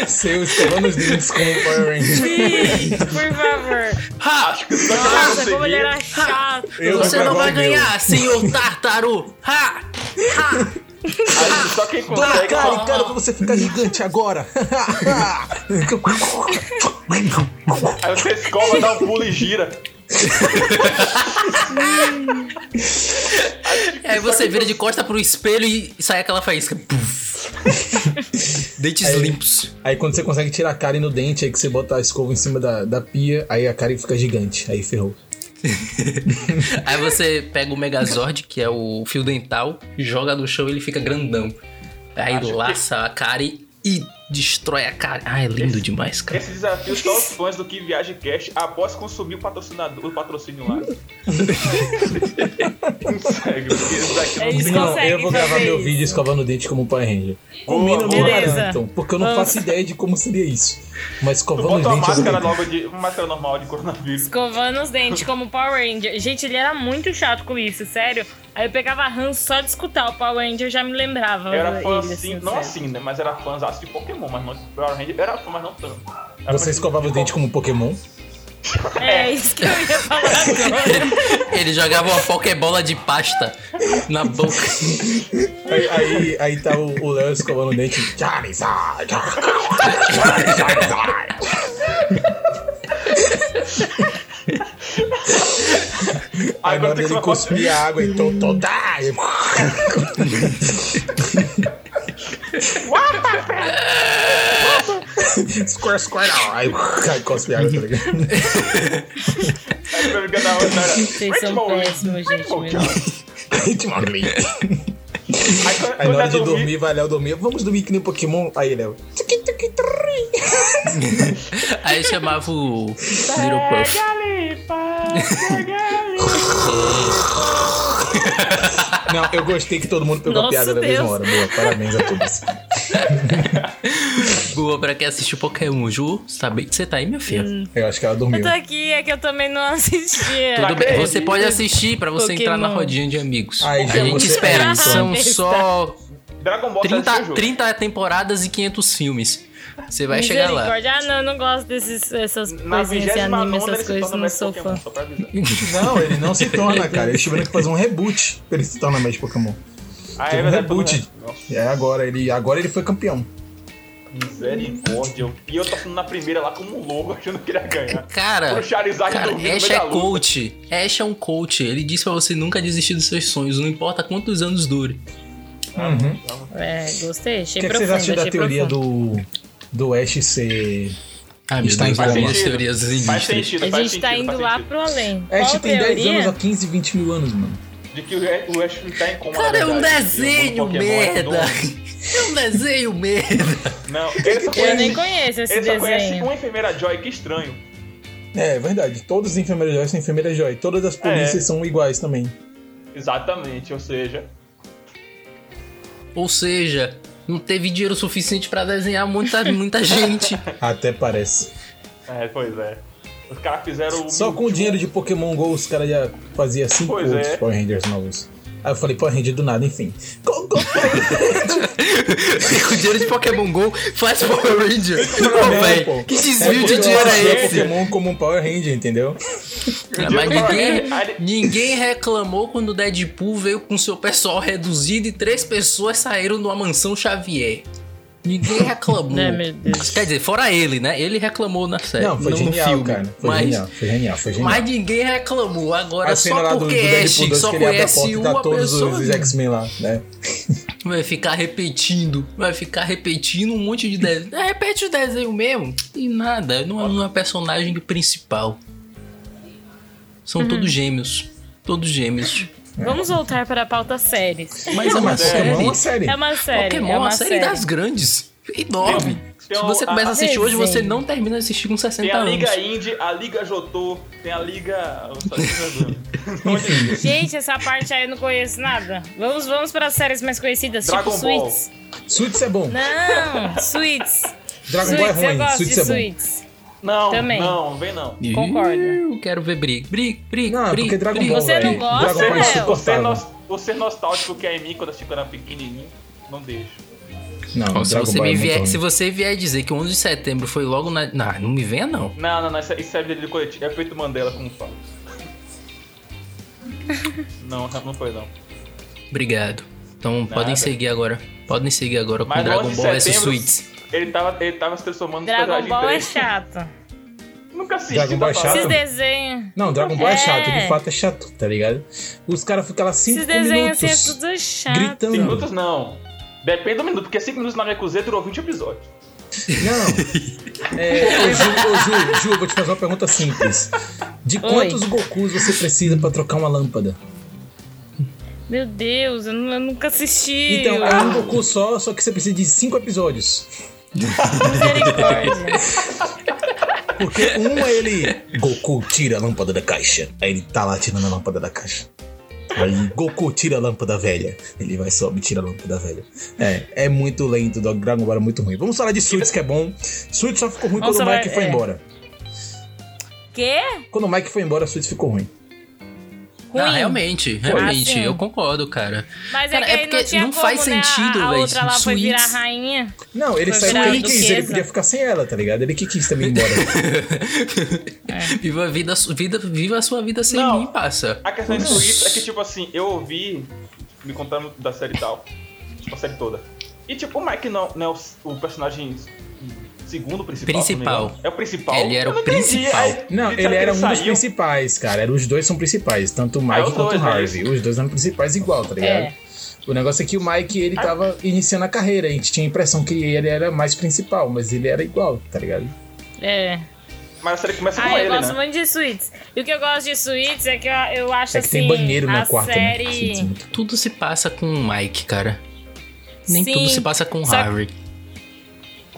E: seu escovando os dentes como Power Ranger.
B: Sim, por favor.
A: Ha!
C: Acho que só que ele
B: Nossa, como ele
C: conseguia.
B: era chato.
E: Eu vou
A: Você não
E: gravar
A: vai
E: o meu.
A: ganhar, senhor Tartaru! Ha! Ha!
C: Aí só quem
E: Dona
C: consegue.
E: Karen, quero pra você ficar gigante agora.
C: Aí você escola, dá um pulo e gira.
A: Aí você vira de costa pro espelho e sai aquela faísca. Puf. Dentes
E: Aí-
A: limpos.
E: aí quando você consegue tirar a Karen no dente, aí que você bota a escova em cima da, da pia, aí a Karen fica gigante. Aí ferrou.
A: Aí você pega o Megazord, que é o fio dental, joga no chão e ele fica grandão. Aí
C: Acho que-
A: laça a cara e, e destrói a cara. Ah, é lindo demais, cara.
C: Esse desafio só os fãs do que Viagem Cast após consumir o patrocinador, o patrocínio lá. Consegue, porque isso daqui
B: É isso. Eles
E: não,
B: conseguem
E: eu vou gravar
B: fazer
E: meu
B: isso.
E: vídeo escovando o dente como um Power Ranger. Combina no
B: boa.
E: Beleza.
B: Beleza.
E: então, porque eu não
B: Vamos.
E: faço ideia de como seria isso. Mas
C: não
E: escovando o
C: bota uma
E: dente. eu
C: máscara
E: vou-
C: nova de. Uma máscara normal de coronavírus.
B: Escovando os dentes como Power Ranger. Gente, ele era muito chato com isso, sério. Aí eu pegava ranço só de escutar o Power Ranger, eu já me lembrava.
C: Era
B: dele,
C: fã
B: assim,
C: assim, não
B: sério.
C: assim, né? Mas era fãs assim de Pokémon, mas não de Power Ranger. Era fã, mas não tanto. Era fã
E: Você
C: de-
E: escovava o
C: de-
E: dente como um Pokémon?
B: É isso que eu ia falar agora.
A: Ele jogava uma pokebola de pasta na boca.
E: Aí, aí, aí tá o o Léo escovando o dente. Charizard! Charizard! Aí
C: Agora
E: na
C: tem que
E: hora dele
C: falar.
E: cuspir a água então, e totodai! Square, square! Aí aí cospe água, tá ligado?
B: Vocês são péssimos, gente. meu Deus.
E: Aí na hora de
C: eu
E: dormir, vai Léo dormir. Vamos dormir que nem Pokémon. Aí, Léo. Tiki, tiki, trrri.
A: Aí chamava o Little Puff.
E: Não, eu gostei que todo mundo pegou a
B: Nossa
E: piada da mesma
B: Deus.
E: hora. Boa, parabéns a todos.
A: Boa pra quem assistiu Pokémon. Ju, você tá bem? Você tá aí, minha filha?
B: Hum,
E: Eu acho que ela dormiu.
B: Eu tô aqui, é que eu também não assistia.
A: Tudo bem. Você pode assistir pra você entrar na
B: Pokémon.
A: rodinha de amigos.
E: Ai,
A: a
E: Ju,
A: gente
E: você é
A: espera.
E: isso,
A: São
B: né?
A: só
C: Dragon Ball tá
A: 30,
C: Jogo.
A: 30 temporadas e 500 filmes. Você vai chegar lá.
B: Misericórdia. Ah, não, eu não gosto desses, essas
C: Na
B: coisinhas de
C: 29
B: anime,
C: ele
B: essas
C: se
B: coisas,
C: torna
B: não
C: mais
B: sou
C: Pokémon,
B: fã.
C: só pra avisar.
E: Não, ele não se torna, cara. Eles tiveram que fazer um reboot pra ele se tornar mais Pokémon.
C: Ah,
E: Teve um
C: verdade,
E: reboot.
C: não é? Nossa,
E: É agora, ele, agora ele foi campeão.
C: Misericórdia. E eu tô sendo na primeira lá como um louco, achando que ele ia ganhar.
A: Cara,
C: Pro Charizard
A: cara
C: dormir Tá no
A: Ash
C: meio
A: é
C: da luta.
A: coach. Ash é um coach. Ele diz pra você nunca desistir dos seus sonhos, não importa quantos anos dure.
E: Uhum.
B: É, gostei, achei
E: O que, é que vocês
B: profundo,
E: acham da
B: achei
E: teoria
B: profundo.
E: do, do Ash ser.
A: Ah, meu
E: Está
A: Deus,
E: em
A: as minhas
C: sentido.
A: teorias
C: Faz
A: indígenas.
C: sentido,
B: A
C: faz
B: gente
C: sentido.
B: tá indo
C: faz
B: lá
C: sentido.
B: pro além.
E: Ash
B: Qual
E: tem 10
B: teoria?
E: anos a 15, 20 mil anos, mano.
C: De que o Ash tá em coma.
A: Cara,
C: na
A: é um
C: verdade, e o
A: desenho,
C: mundo Pokémon é
A: merda.
C: novo.
A: É um desenho, merda.
C: Não, ele só
B: Eu nem
C: conhece,
B: conheço esse
C: ele só conhece
B: desenho.
C: uma enfermeira Joy, que estranho.
E: É, é verdade. Todas as enfermeiras Joy são enfermeiras Joy. Todas as polícias são iguais também.
C: Exatamente, ou seja,
A: Ou seja, não teve dinheiro suficiente pra desenhar muita, muita gente.
E: Até parece.
C: é, pois é. Os caras fizeram o.
E: Só com o dinheiro de Pokémon GO, os caras já faziam cinco
C: Pois
E: outros
C: é.
E: Power Rangers novos. Aí eu falei, Power Ranger do nada, enfim. Go, go, Power
A: Com o dinheiro de Pokémon GO, faz Power Ranger. Ô,
C: um
E: Não,
A: véi,
E: pô.
A: que desvio
E: porque
A: de
E: eu
A: dinheiro é
E: achei
A: esse?
E: Pokémon como um Power Ranger, entendeu?
A: Ah, Mas
C: Aí
A: ninguém,
C: ele-
A: ninguém reclamou quando o Deadpool veio com seu pessoal reduzido e três pessoas saíram numa mansão Xavier. Ninguém reclamou.
B: É, meu Deus.
A: Quer dizer, fora ele, né? Ele reclamou na série.
E: não, foi
A: no
E: genial,
A: filme,
E: cara. Foi
A: mas,
E: genial, foi genial, foi genial.
A: mas ninguém reclamou. Agora,
E: a cena lá
A: só
E: do, do
A: porque Ash
E: Deadpool 2
A: só
E: que ele abre a
A: conhece
E: porta e tá
A: uma
E: todos
A: pessoa.
E: os X-Men lá, né?
A: Vai ficar repetindo, vai ficar repetindo um monte de desenho. É, repete o desenho mesmo e nada, não é uma personagem principal. São
B: Uhum.
A: todos gêmeos, todos gêmeos.
B: Vamos voltar para a pauta séries.
A: Mas é uma
E: Mas Pokémon é
A: série.
E: uma série.
B: É uma série.
A: Pokémon
B: é
A: é
B: uma
A: uma série, das grandes, enorme.
C: Tem
A: Se
C: um-
A: você
C: a-
A: começa a assistir hoje, você
B: desenho.
A: não termina de assistir com 60
C: Tem a
A: anos.
C: Liga Indy, a Liga Jotô, tem a Liga. eu só tô lembrando.
B: Gente, essa parte aí eu não conheço nada. Vamos, vamos para as séries mais conhecidas,
C: Dragon
B: tipo
C: Ball.
B: Suits.
E: Suits é bom.
B: Não, Suits.
E: Dragon Ball é
B: Suits, eu
E: ruim.
B: gosto
E: Suits
B: de
E: é bom.
B: Suits.
C: Não,
B: Também.
C: não, vem não.
A: Ih,
B: Concordo.
A: Eu quero ver briga, briga, briga,
E: Não, é
A: briga.
E: porque Dragon
A: briga.
E: Ball,
B: Você não
E: velho.
B: gosta, né?
E: Dragon Ball é
B: Léo?
C: Você, é
E: insuportável.
C: nos- você é nostálgico que é em mim quando eu achei que eu era pequenininho, não deixa.
E: Não,
A: se,
E: Dragon
A: você
E: Ball é
A: me
E: muito
A: vier,
E: ruim.
A: se você vier dizer que o 11 de setembro foi logo na. Não, não me venha, não.
C: Não, não, não, isso é, isso é vida de coletivo. É feito Mandela, como fala. não, não foi não.
A: Obrigado. Então podem seguir agora. Podem seguir agora com
C: Mas no
A: Dragon
C: 11 de
E: é
A: Ball vs
C: setembro-
A: Suits.
C: Ele tava, ele tava se transformando no
B: Dragon
C: personagem
B: Ball é
C: 3.
B: chato.
C: Nunca assisti,
E: Dragon Ball é
C: tá
E: chato?
B: Esses
C: falando.
B: desenhos.
E: Não, Dragon Ball é,
B: É.
E: chato, de fato é chato, tá ligado? Os caras ficam lá cinco
B: Esses desenhos
E: minutos
B: assim é tudo chato.
E: gritando.
C: Cinco minutos não. Depende do minuto, porque 5 minutos na minha cozinha durou 20 episódios.
E: Não. É, ô, Ju, ô, Ju, Ju, vou te fazer uma pergunta simples. De quantos Gokus você precisa pra trocar uma lâmpada?
B: Meu Deus, eu, nu- eu nunca assisti.
E: Então, é um Goku só, só que você precisa de cinco episódios. um-
B: Misericórdia.
E: Porque um é ele. Goku tira a lâmpada da caixa. Aí ele tá lá tirando a lâmpada da caixa. Aí Goku tira a lâmpada velha. Ele vai sobe e tira a lâmpada velha. É, é muito lento, Dog Dragon Ball é muito ruim. Vamos falar de Suits, que é bom. Suits só ficou ruim
B: Nossa,
E: quando o Mike
B: vai-
E: foi
B: é.
E: embora.
B: Quê?
E: Quando o Mike foi embora, Suits ficou ruim.
B: Ruim.
A: Ah, realmente, realmente.
B: sim.
A: eu concordo, cara.
B: Mas
A: Cara,
B: é que
A: é
B: aí
A: porque
B: não tinha
A: não
B: como,
A: faz
B: né?
A: sentido,
B: A, a
A: véi,
B: outra lá foi
A: suítes.
B: virar rainha.
E: Não, ele
B: Foi
E: saiu
B: virar
E: porque ele quis, ele
B: duquesa.
E: podia ficar sem ela, tá ligado? Ele que quis também ir embora.
B: É.
A: Viva a vida, vida, viva a sua vida sem
C: Não.
A: mim, passa.
C: A questão de Suíça é que, tipo assim, eu ouvi me contando da série e tal. Tipo, a série toda. E, tipo, o Mike não, não é o, o personagem segundo principal. se não me
A: Principal.
C: engano. É o principal.
A: Ele era
C: Eu
A: o
C: não entendi.
A: principal.
C: Aí, disseram
E: Não, ele
C: que
E: era um dos
C: é. saiu.
E: principais, cara. Era- Os dois são principais, tanto o
C: Ah,
E: Mike
C: os
E: quanto
C: dois,
E: o
C: né?
E: Harvey. Os dois eram principais igual, tá ligado?
B: É.
E: O negócio é que o Mike,
B: Ah.
E: ele tava iniciando a carreira. A gente tinha a impressão que ele era mais principal, mas ele era igual, tá ligado?
B: É.
C: Mas a série começa
E: é
C: com
B: Ah, eu
C: ele,
B: gosto
C: né?
B: muito de suítes. E o que eu gosto de suítes é que eu, eu acho
E: é que
B: assim.
E: tem banheiro na
B: a
E: quarta,
B: série...
E: né? Assim, diz muito.
A: Tudo se passa com o Mike, cara. Nem
B: Sim.
A: tudo se passa com o
B: Só-
A: Harry.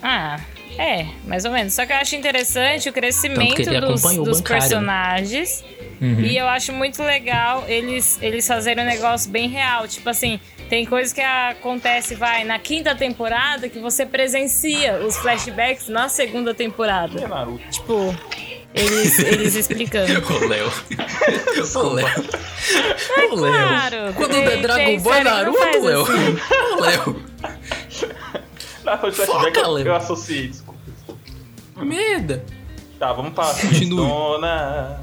B: Ah, é, mais ou menos. Só que eu acho interessante o
A: Tanto que
B: crescimento
A: ele
B: dos,
A: acompanhou o
B: dos
A: bancário, né?
B: personagens.
E: Uhum.
B: E eu acho muito legal eles, eles fazerem um negócio bem real. Tipo assim, tem coisa que acontece, vai, na quinta temporada que você presencia os flashbacks na segunda
C: É
B: temporada.
C: Naruto.
B: Tipo, eles, eles explicando.
A: Ô, Léo. Ô, Léo. Ô,
B: claro.
A: Léo. Quando é
B: Tem-
A: Dragon
B: tem
A: Ball é
B: série que não
A: Naruto,
B: faz
A: Léo.
B: assim.
A: Ô, Léo.
C: Na foi o flashback
A: Foca,
C: eu,
A: Leo.
C: eu associei. Desculpa.
A: Merda.
C: Tá, vamos pra
A: Continue.
C: Dona.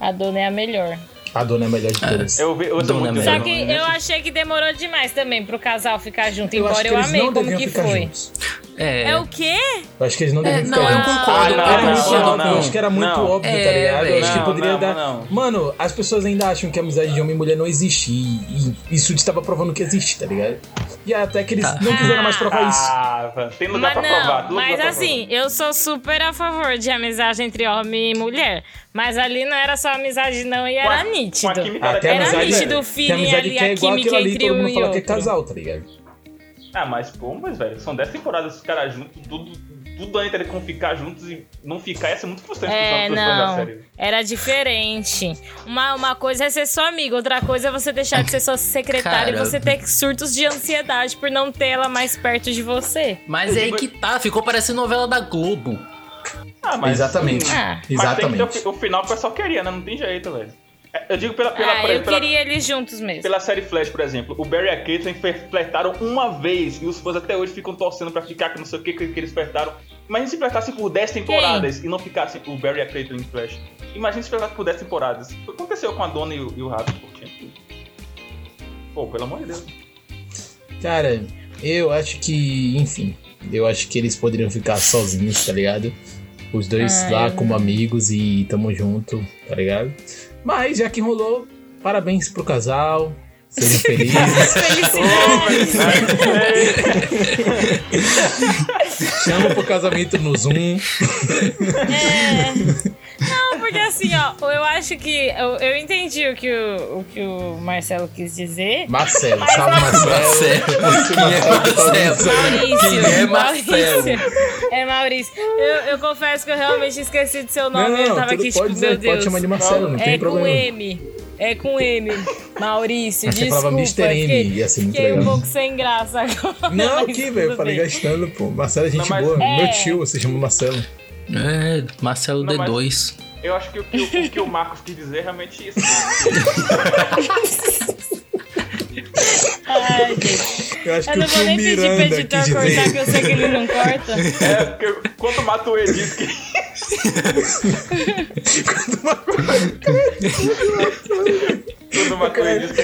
B: A dona é a melhor.
E: A dona é a melhor de todas.
C: Eu, ve- eu uso
A: Dona
C: muito
A: Mel.
B: Só
A: É,
B: que eu achei que demorou demais também pro casal ficar junto,
E: acho
B: embora
E: que
B: eu
E: eles
B: amei
E: não
B: como
E: deviam
B: que
E: ficar
B: foi.
E: juntos.
A: É.
B: É o quê?
E: Eu acho que eles não
A: É,
E: deviam
A: não,
E: ficar
A: eu
E: juntos.
A: concordo.
C: Ah,
A: eu
E: Era muito
A: concordo
C: não,
E: óbvio,
A: com-
E: eu acho que era muito
C: não.
E: óbvio, tá
A: É,
E: ligado? Eu acho que
C: não,
E: poderia
C: não,
E: dar.
C: não.
E: Mano, as pessoas ainda acham que a amizade de homem e mulher não existe. E, e isso estava provando que existe, tá ligado? E até que eles
A: Tá.
E: não quiseram mais provar isso.
C: Ah, velho, tem lugar
B: Mas
C: pra provar.
B: não,
C: tudo
B: mas
C: dá pra
B: assim, eu sou super a favor de amizade entre homem e mulher. Mas ali não era só amizade, não, e
C: provar.
B: era
C: Com a-
B: nítido.
C: Com a química
E: Até
C: da
B: Era
E: amizade,
B: nítido
E: velho.
B: o feeling
E: Tem amizade
B: ali,
E: que é
B: a
E: igual
B: química
E: aquilo ali,
B: entre
E: todo
B: um
E: mundo
B: e
E: fala que é
B: outro.
E: casal, tá ligado?
C: Ah, mas pô, mas velho, são 10 temporadas os caras juntos, tudo, tudo entra com ficar juntos e não ficar, ia ser muito frustrante
B: É,
C: pros fãs- pros fãs da
B: não.
C: série.
B: Era diferente. Uma, uma coisa é ser sua amiga, outra coisa é você deixar de ser sua secretária
A: Cara.
B: e você ter surtos de ansiedade por não ter ela mais perto de você.
A: Mas é aí que tá, ficou parecendo novela da Globo.
C: Ah, mas,
E: Exatamente.
B: Ah.
C: Mas tem que ter o
E: Exatamente.
C: fi- o, final que o pessoal queria, né? Não tem jeito, velho. É, Eu digo pela, pela,
B: ah,
C: pela-
B: eu
C: pela-
B: queria eles juntos mesmo.
C: pela série Flash, por exemplo. O Barry e a Caitlyn fer- flertaram uma vez e os fãs até hoje ficam torcendo pra ficar com não sei o que que, que eles flertaram. Imagina se flertassem por 10 temporadas e não ficassem o Barry e a Caitlyn em Flash. Imagina se flertassem por 10 temporadas. Foi o que aconteceu com a Dona e o, e o Rato, pô. tinha- Pô, pelo amor de Deus.
E: Cara, eu acho que, enfim, eu acho que eles poderiam ficar sozinhos, tá ligado? Os dois
B: Ah, é.
E: lá como amigos e tamo junto, tá ligado? Mas já que rolou, parabéns pro casal. Sejam felizes.
B: Felicidades!
E: Chama pro casamento no Zoom.
B: é. Não, porque assim, ó, eu acho que. Eu, eu entendi o que o, o que o Marcelo quis dizer.
E: Marcelo, salve Marcelo.
A: Marcelo.
E: Você, Marcelo, que tá ouvindo isso aí.
B: Maurício.
A: Quem é Marcelo?
B: Maurício. É Maurício. Eu, eu confesso que eu realmente esqueci do seu
E: Não,
B: nome. eu tava
E: tudo
B: aqui, tipo,
E: pode, dizer,
B: meu Deus.
E: pode chamar de Marcelo, não
B: é
E: tem
B: com
E: problema.
B: M. É com M. Maurício,
E: Achei que
B: desculpa.
E: falava Mr. M,
B: fiquei-
E: ia ser muito
B: Fiquei um
E: legal.
B: pouco sem graça agora.
E: Não,
B: mas
E: aqui,
B: tá tudo
E: velho, eu falei
B: bem.
E: gastando, pô. Marcelo é gente
C: Não, mas-
E: boa.
B: É.
E: Meu tio, você chama Marcelo.
A: É, Marcelo
C: Não, mas-
A: D2.
C: Eu acho que o que, o, o que o Marcos quis dizer é realmente isso.
B: Ai, gente.
E: Eu acho
B: Eu
E: que
B: não
E: o
B: vou
E: tio
B: nem pedir pra
E: Miranda
B: editor
E: quis
B: cortar,
E: dizer.
B: que eu sei que ele não corta.
C: É, porque quanto mata o E diz que. Quanto mata o E diz que.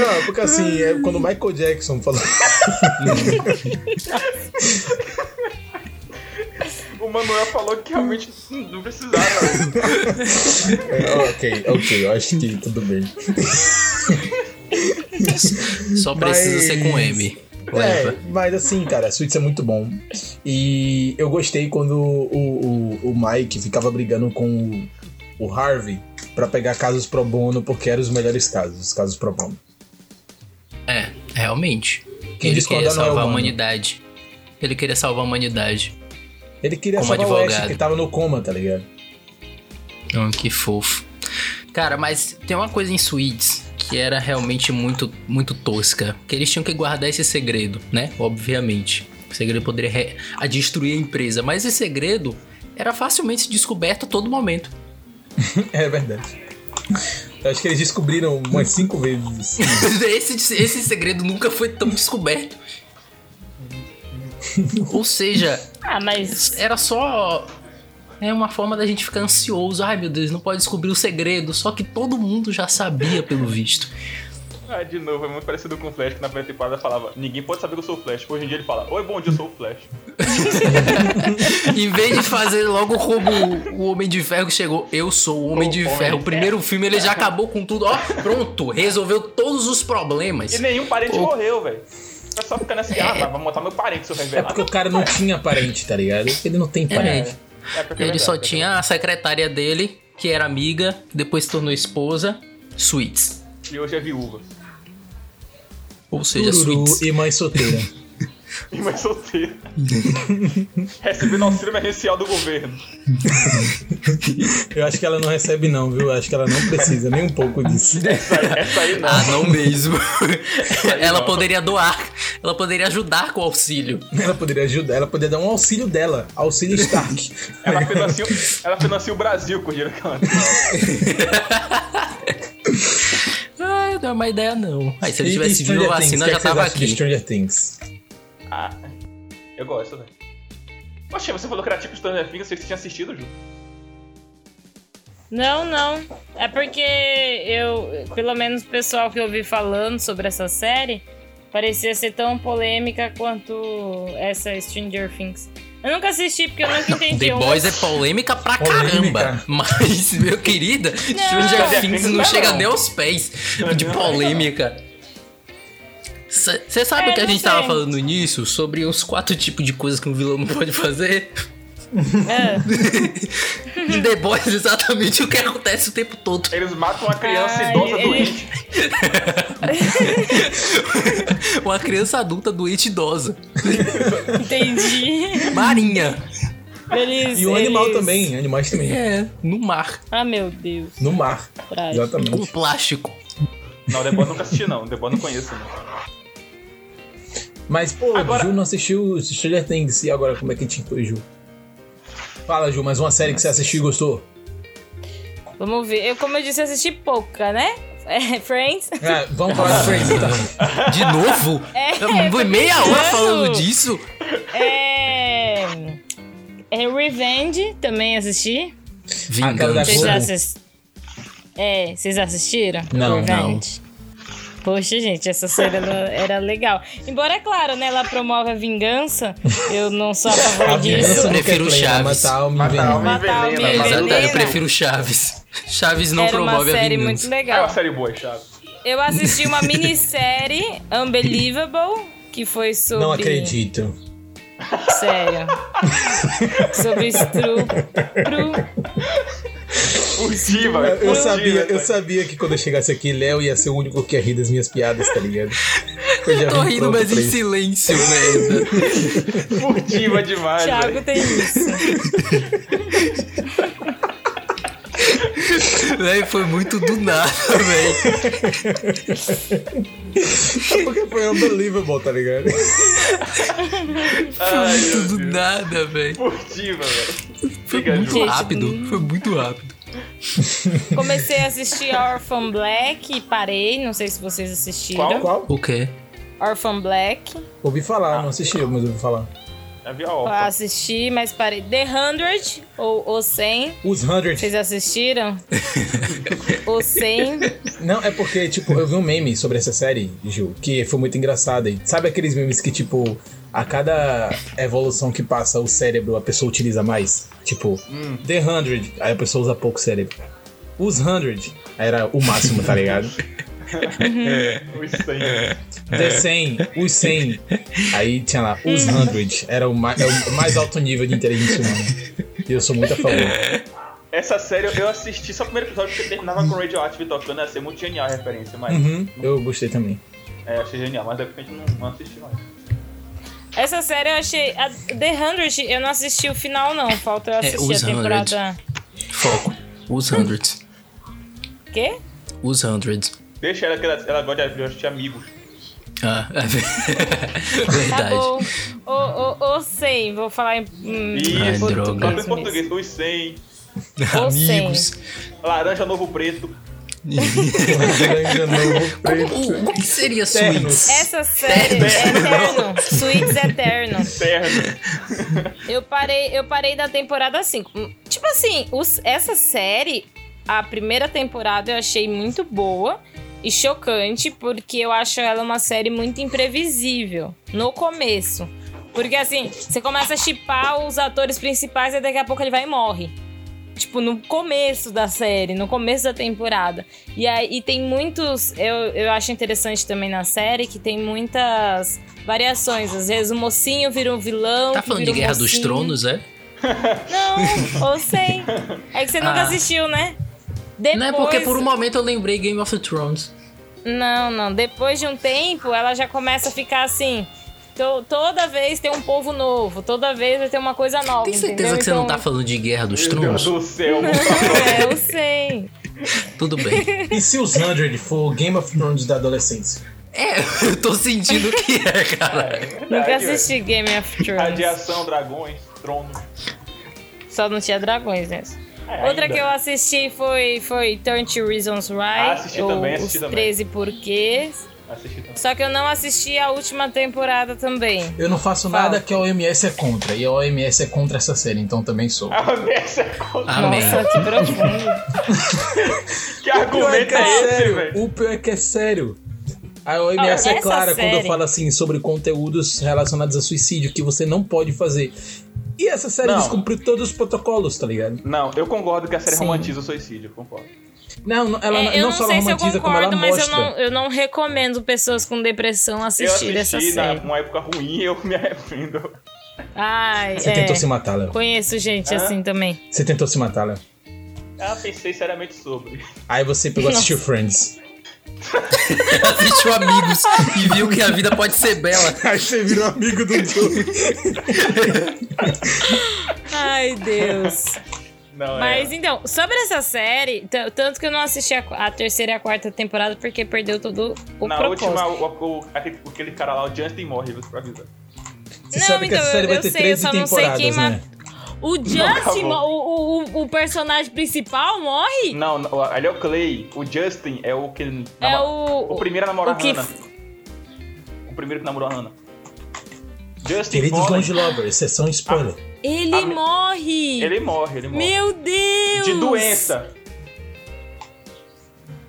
E: Não, porque assim, é quando o Michael Jackson falou.
C: O Manuel falou que realmente não precisava.
D: É, ok, ok, eu acho que tudo bem.
A: Só precisa
E: Mas-
A: ser com M.
E: É,
A: Leva.
E: mas assim, cara, Suits é muito bom. E eu gostei quando o, o, o Mike ficava brigando com o, o Harvey pra pegar casos pro bono, porque eram os melhores casos, os casos pro bono.
A: É, realmente.
E: Quem
A: ele
E: discordar
A: queria
E: não é
A: salvar a
E: humano.
A: humanidade. Ele queria salvar a humanidade.
E: Ele queria
A: Como
E: salvar o Ash,
A: advogado.
E: que tava no coma, tá ligado?
A: Hum, que fofo. Cara, mas tem uma coisa em Suítes que era realmente muito, muito tosca. Que eles tinham que guardar esse segredo, né? Obviamente. O segredo poderia re- a destruir a empresa. Mas esse segredo era facilmente descoberto a todo momento.
E: É verdade. Eu acho que eles descobriram umas cinco vezes.
A: esse, esse segredo nunca foi tão descoberto. Ou seja,
B: Ah, mas.
A: era só. É uma forma da gente ficar ansioso. Ai meu Deus, não pode descobrir o segredo. Só que todo mundo já sabia, pelo visto.
C: Ah, de novo, é muito parecido com o Flash, que na primeira temporada falava, ninguém pode saber que eu sou o Flash. Hoje em dia ele fala, oi, bom dia, eu sou o Flash.
A: Em vez de fazer logo como o Homem de Ferro que chegou, eu sou o Homem de
C: Homem
A: Ferro.
C: de
A: O primeiro filme ele já acabou com tudo. Ó, pronto, resolveu todos os problemas.
C: E nenhum parente
A: Ô.
C: morreu, velho. É só ficar nessa, ah, mas vou matar meu parente se eu
E: É
C: revelar.
E: porque o cara não tinha parente, tá ligado? Ele não tem parente.
C: É, porque é
A: Ele
C: verdade,
A: só
C: é
A: tinha a secretária dele, que era amiga, depois se tornou esposa, Sweets.
C: verdade. E hoje é viúva.
A: Ou seja,
E: Tururu
A: Sweets.
E: e mãe solteira.
C: E mais solteira. Recebendo auxílio emergencial do governo.
E: Eu acho que ela não recebe, não, viu? Eu acho que ela não precisa nem um pouco disso.
A: É.
C: Essa aí, essa aí não.
A: Ah, não mesmo. ela
C: não.
A: poderia doar, ela poderia ajudar com o auxílio.
E: Ela poderia ajudar, ela poderia dar um auxílio dela, auxílio Stark.
C: Ela financia, o- ela financia o Brasil com o dinheiro que ela tem.
A: Ah, não é uma ideia não. Aí se ele
E: E- e
A: tivesse
E: Stranger
A: vindo assim,
E: Things,
A: nós
E: o que é
A: já
E: que vocês
A: tava
E: acham de
A: aqui.
E: Stranger Things.
C: Ah, eu gosto, velho. Oxê, você falou que era tipo Stranger Things, eu sei que você tinha assistido, Ju.
B: Não, não. É porque eu. Pelo menos o pessoal que eu vi falando sobre essa série parecia ser tão polêmica quanto essa Stranger Things. Eu nunca assisti porque eu nunca entendi.
A: The
B: Eu-
A: Boys é polêmica pra
E: Polêmica.
A: caramba. Mas, meu querida, Stranger Things não
C: Não.
A: chega nem aos pés de
C: Não.
A: polêmica. Você sabe
B: É,
A: o que a
B: não
A: gente tava
B: sei.
A: falando no início? Sobre os quatro tipos de coisas que um vilão não pode fazer?
B: Ah.
A: Em The Boys, exatamente o que acontece o tempo todo.
C: Eles matam uma criança
B: Ah,
C: idosa
B: ele-
C: doente.
A: Uma criança adulta doente e idosa.
B: Entendi.
A: Marinha.
B: Eles,
E: E o animal
B: eles-
E: também, animais também.
A: É, no mar.
B: Ah, meu Deus.
E: No mar.
B: Trágico.
A: Com
E: Exatamente.
A: plástico.
C: Não, The Boys nunca assisti, não. The Boys não conheço, não.
E: Mas, pô,
C: Agora-
E: Ju não assistiu Stranger Things. E agora, como é que te inclui, Ju? Fala, Ju, mais uma série que você assistiu e gostou.
B: Vamos ver. Eu, como eu disse, assisti pouca, né? É, Friends.
E: É, vamos
A: Ah,
E: falar de Friends, então.
A: De novo?
B: É,
A: Foi meia hora
B: brincando.
A: falando disso.
B: É. é Revenge também assisti.
E: Aquela da
B: Vocês
E: Globo.
A: Vingança.
E: Boa.
B: assistiram? É, vocês assistiram?
E: Não,
B: Revenge? Poxa, gente, essa série ela- era legal. Embora, é claro, né, ela promove a vingança, eu não sou a
E: A
B: favor
E: vingança
A: Eu
B: disso.
E: nunca é
A: prefiro
E: plena,
A: Chaves.
E: Matar a alma e
C: Matar a alma
E: envenenar.
B: Matar
C: Envenena,
B: alguém
C: mas eu-
A: Exato, É, eu
B: envenena.
A: prefiro Chaves. Chaves não
B: Era uma
A: promove a
B: série
A: vingança.
B: muito
C: É uma
B: legal.
C: série boa, Thiago.
B: Eu assisti uma minissérie, Unbelievable, que foi sobre...
E: Não acredito.
B: Sério. sobre estupro.
C: Furtiva, velho.
E: Eu
C: furtiva,
E: sabia, eu
C: velho.
E: sabia que quando eu chegasse aqui, Léo ia ser o único que ia rir das minhas piadas, tá ligado? Eu já
A: Tô
E: vim
A: rindo,
E: pronto
A: mas
E: pra
A: em
E: isso.
A: silêncio, merda.
C: Furtiva demais,
B: Thiago
C: velho.
B: tem isso.
A: Véi, Foi muito do nada, velho.
E: Porque foi unbelievable, tá ligado?
A: Foi
C: Ai,
A: muito
C: meu
A: do
C: Deus.
A: nada, velho.
C: Furtiva, velho.
A: Foi
C: Fica,
A: muito
C: Ju.
A: rápido. Foi muito rápido.
B: Comecei a assistir Orphan Black e parei. Não sei se vocês assistiram.
C: Qual?
E: Qual?
A: O quê?
B: Orphan Black.
E: Ouvi falar, não assisti, mas ouvi falar.
C: Havia
B: Eu
C: órfão.
B: assisti, mas parei. The 100 ou O 100.
E: Os 100.
B: Vocês assistiram? o 100.
E: Não, é porque, tipo, eu vi um meme sobre essa série, Gil, que foi muito engraçado. E sabe aqueles memes que, tipo, a cada evolução que passa o cérebro, a pessoa utiliza mais? Tipo, The 100, aí a pessoa usa pouco cérebro. Os 100, era o máximo, tá ligado?
C: Os 100.
E: The 100, os 100. Aí tinha lá, os
B: Hum.
E: 100. Era o, ma é o mais alto nível de inteligência humana. E eu sou muito a favor.
C: Essa série eu assisti só o primeiro episódio porque terminava com Radioactive tocando, ia ser muito genial a referência, mas
E: Uhum, eu gostei também.
C: é, achei genial, mas de repente não, não assisti mais.
B: Essa série eu achei. A The 100, eu não assisti o final, não. Falta eu assistir
A: É, os
B: a temporada.
A: Foco. Os hundreds.
B: Quê?
A: Os hundreds.
C: Deixa ela que ela, ela gosta de assistir amigos.
A: Ah, é ver-
B: Tá
A: verdade.
B: bom. Ô, ô, ô, 100, vou falar em. hum,
C: Isso,
A: Ai,
C: só
A: droga.
C: tem em
B: mesmo.
C: português, os 100,
B: Ou sem.
A: Amigos.
C: laranja novo preto.
A: O, o que seria suítes?
B: Essa série é eterno. Suítes eterno.
C: Terno.
B: Eu parei, eu parei da temporada 5. Hum, Tipo assim, os- essa série, a primeira temporada eu achei muito boa e chocante, porque eu acho ela uma série muito imprevisível no começo. Porque assim, você começa a chipar os atores principais e daqui a pouco ele vai e morre. Tipo, no começo da série, no começo da temporada. E aí e tem muitos. Eu, eu acho interessante também na série que tem muitas variações. Às vezes o mocinho vira um vilão.
A: Tá
B: que
A: falando de
B: vira um
A: Guerra dos
B: mocinho.
A: Tronos, é?
B: Não, ou sei. É que você
A: Ah.
B: nunca assistiu, né? Depois...
A: Não é porque por um momento eu lembrei Game of Thrones.
B: Não, não. Depois de um tempo, ela já começa a ficar assim. to- Toda vez tem um povo novo, toda vez vai ter uma coisa nova.
A: Tem certeza
B: entendeu? Então-
A: que você não tá falando de Guerra dos
C: Meu Deus
A: Tronos?
C: do céu, vamos
B: falando. É, eu sei.
A: Tudo bem.
E: E se os 100 for Game of Thrones da adolescência?
A: É, eu tô sentindo que é, cara.
B: Nunca
C: Verdade,
B: assisti Game of
C: pra
B: Thrones.
C: Radiação, dragões, trono.
B: Só não tinha dragões nessa.
C: É,
B: Outra que eu assisti foi, foi 30 Reasons Why.
C: Ah, assisti
B: ou
C: também, assisti
B: Os
C: também.
B: 13 Porquês.
C: Assisti também.
B: Só que eu não assisti a última temporada também.
E: Eu não faço
B: Fala.
E: nada que a OMS é contra. E a OMS é contra essa série, então também sou.
C: Ah, dessa conta.
A: Amém.
B: Nossa, que profundo.
E: Ah.
C: Que argumento é esse, velho?
E: O pior é que é sério. A
B: Olha,
E: OMS é
B: essa
E: clara quando eu
B: série-
E: falo assim sobre conteúdos relacionados a suicídio que você não pode fazer. E essa série
C: Não.
E: descumpriu todos os protocolos, tá ligado?
C: Não, eu concordo que a série
E: Sim.
C: romantiza o suicídio, concordo.
E: Não, não- ela
B: É, eu
E: não,
B: não
E: só ela
B: sei se eu
E: romantiza, como ela
B: concordo, mas
E: mostra.
B: eu não, eu não recomendo pessoas com depressão
C: Eu
B: assistir essa
C: assisti
B: série.
C: numa época ruim e eu me arrependo.
B: Ai,
E: Você
B: é.
E: tentou se matar, Léo.
B: Conheço gente
C: Hã?
B: assim também.
E: Você tentou se matar, Léo.
C: Ah, pensei seriamente sobre.
E: Aí você pegou e assistiu Friends.
A: Assistiu amigos e viu que a vida pode ser bela.
E: Aí você virou amigo do Dudu.
B: Ai, Deus.
C: Não,
B: Mas
C: é.
B: então, sobre essa série, t- tanto que eu não assisti a, qu- a terceira e a quarta temporada porque perdeu todo o
C: Na
B: propósito.
C: última, o, o- aquele, aquele cara lá, o Justin morre, você pra avisar.
E: Você
B: Não,
E: sabe que
B: então,
E: essa série
B: eu-
E: vai
B: eu
E: ter
B: sei, eu
E: 13
B: só não sei
E: temporadas,
B: quem
E: né?
B: O Justin,
C: acabou.
B: o, o, o- o personagem principal, morre?
C: Não, não, ali é o Clay. O Justin é o que.
B: é
C: namo-
B: o.
C: O primeiro a namorar
B: o que-
C: a Hannah. O primeiro que namorou a Hannah. Justin
E: Queridos
C: morre.
E: Longe Lovers, sessão é um spoiler.
B: Ele
C: Ah, me-
B: morre!
C: Ele morre, ele morre.
B: Meu Deus!
C: De doença.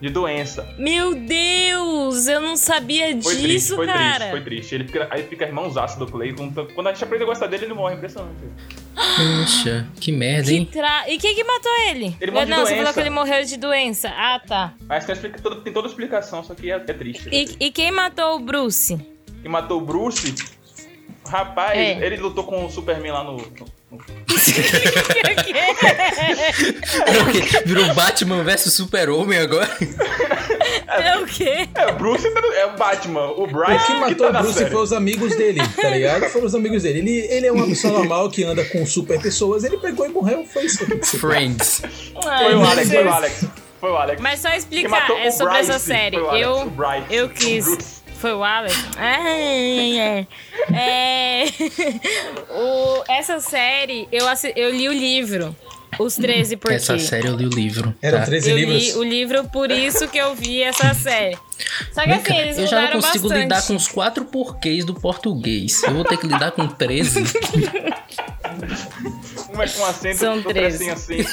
C: De doença.
B: Meu Deus, eu não sabia
C: Foi
B: disso,
C: triste, foi
B: cara.
C: triste, foi triste. Ele fica, aí fica irmãozaço do Clay. Quando quando a gente aprende a gostar dele, ele morre. Impressionante.
A: Poxa, que merda,
B: Que
A: hein?
B: tra... E quem que matou ele?
C: Ele morreu de
B: não, você falou
C: doença.
B: que ele morreu de doença. Ah, tá.
C: Mas que explica todo- tem toda a explicação, só que é, é triste.
B: E, e quem matou o Bruce?
C: E matou o Bruce. Rapaz,
B: É.
C: ele lutou com o Superman lá no. no- no-
A: É o quê? Virou Batman versus Super-Homem agora?
B: É o quê?
C: É, o Bruce tá no- é o Batman. O Bryce
E: O que matou
C: tá
E: o
C: na
E: Bruce
C: série.
E: foi os amigos dele, tá ligado? Foram os amigos dele. Ele, ele é uma pessoa normal que anda com super pessoas, ele pegou e morreu, foi isso.
A: Friends.
B: Ai,
C: Foi o
B: meu
C: Alex, foi
B: Deus.
C: o Alex. Foi o Alex.
B: Ah, Mas só
C: Quem
B: explicar,
C: matou
B: é
C: o
B: sobre
C: Bryce,
B: essa série.
C: foi o Alex, o
B: eu,
C: Bryce,
B: eu
C: o
B: quis.
C: Bruce.
B: Foi o Alex? Ai, ai, ai. É. o, essa série, eu, assi- eu li o livro. Os 13 por
A: Essa
B: quê?
A: série eu li o livro.
E: Eram
A: tá?
E: 13
B: Eu
E: livros.
B: li o livro, por isso que eu vi essa série. Só que
A: Vem
B: assim,
A: cá,
B: eles
A: eu já não
B: mudaram
A: consigo
B: bastante.
A: lidar com os quatro porquês do português. Eu vou ter que lidar com 13.
C: Um é com acento,
B: São
C: outro é
B: três.
C: sem acento.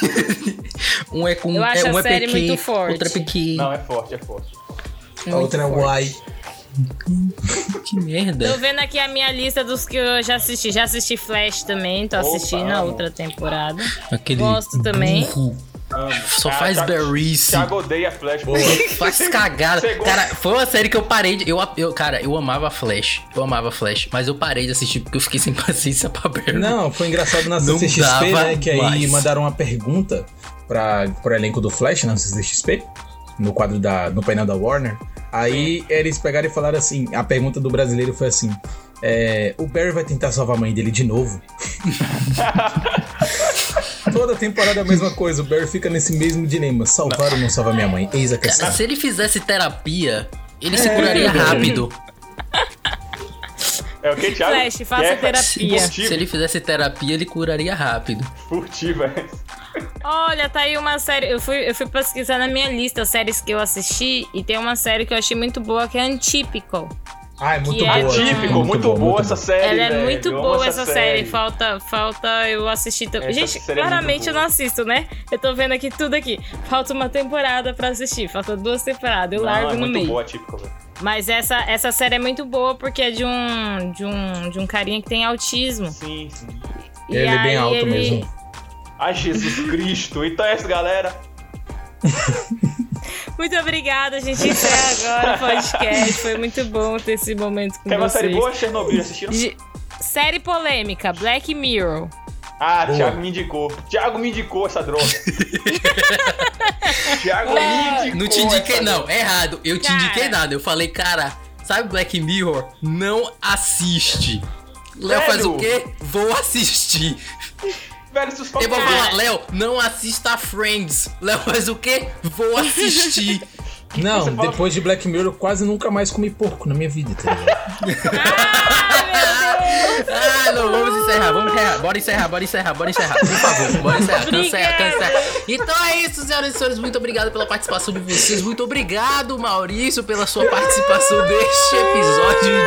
A: Um é com
B: Eu acho
A: é, um
B: a
A: é
B: série
A: pequi,
B: muito forte.
A: outro é pequi.
C: Não, é forte, é forte.
E: A outra é Why.
A: Que merda.
B: Tô vendo aqui a minha lista dos que eu já assisti. Já assisti Flash também, tô
C: Opa,
B: assistindo a
C: amo.
B: outra temporada.
A: Aquele
B: Gosto também.
A: burro.
C: Amo.
A: Só
C: Ah,
A: faz
C: Thiago-
A: berries.
C: Thiago odeia Flash.
A: Faz cagada.
C: Você gosta-
A: Cara, foi uma série que eu parei de. Eu, eu, cara, eu amava Flash. Eu amava Flash. Mas eu parei de assistir porque eu fiquei sem paciência pra Barry.
E: Não, foi engraçado na
A: Não
E: CCXP,
A: dava
E: né? Que aí
A: mais.
E: mandaram uma pergunta para pro elenco do Flash né, na CCXP, no quadro da. no painel da Warner. Aí eles pegaram e falaram assim: a pergunta do brasileiro foi assim. é, o Barry vai tentar salvar a mãe dele de novo. Toda temporada é a mesma coisa. O Barry fica nesse mesmo dilema: salvar ou não salvar minha mãe? Eis a questão.
A: Cara,
C: Assim,
A: se ele fizesse terapia, ele se curaria rápido.
C: É o que, Thiago?
B: Flash, faça
C: Quer-
B: terapia.
A: Se, se ele fizesse terapia, ele curaria rápido.
C: Furtiva.
B: Olha, tá aí uma série. Eu fui, eu fui pesquisar na minha lista séries que eu assisti e tem uma série que eu achei muito boa que é Untypical.
E: Ah, é muito
B: que
E: boa.
B: é
C: Atípico, muito, boa, essa série.
B: Ela é
C: velho.
B: muito
C: Eu amo
B: boa essa série. Falta, falta eu assistir também.
C: Essa
B: Gente,
C: série é muito
B: claramente eu
C: boa.
B: não assisto, né? Eu tô vendo aqui tudo aqui. Falta uma temporada pra assistir. Falta duas temporadas. Eu
C: Não,
B: largo
C: é
B: no
C: muito
B: meio.
C: boa, atípico, velho.
B: Mas essa, essa série é muito boa porque é de um, de um, de um carinha que tem autismo.
C: Sim, sim.
E: Ele é bem alto mesmo.
C: Ai, Jesus Cristo. Então é isso, galera.
B: Muito obrigada, gente. Encerra agora o podcast. Foi muito bom ter esse momento com
C: Quer uma
B: vocês.
C: série boa? Chernobyl, assistiram?
B: Ge- série polêmica, Black Mirror.
C: Ah,
E: Boa.
C: Thiago me indicou. Thiago me indicou essa droga. Thiago me indicou.
A: É. Não te indiquei,
C: essa
A: não. É Errado. Eu te
B: Cara.
A: indiquei nada. Eu falei, cara, sabe Black Mirror? Não assiste. Léo faz
C: Sério?
A: o quê? Vou assistir.
C: droga. Velho, se os
A: Eu vou
C: papos-
A: falar, Léo, não assista a Friends. Léo faz o quê? Vou assistir.
E: Não,
C: Você fala-
E: depois de Black Mirror, eu quase nunca mais comi porco na minha vida, tá ligado?
B: Ah,
A: Ah, não, vamos encerrar, vamos encerrar. Bora encerrar, bora encerrar, bora encerrar. Por favor, bora encerrar. Cancela,
B: Obrigada.
A: cancela. Então é isso, senhoras e senhores. Muito obrigado pela participação de vocês. Muito obrigado, Maurício, pela sua participação neste episódio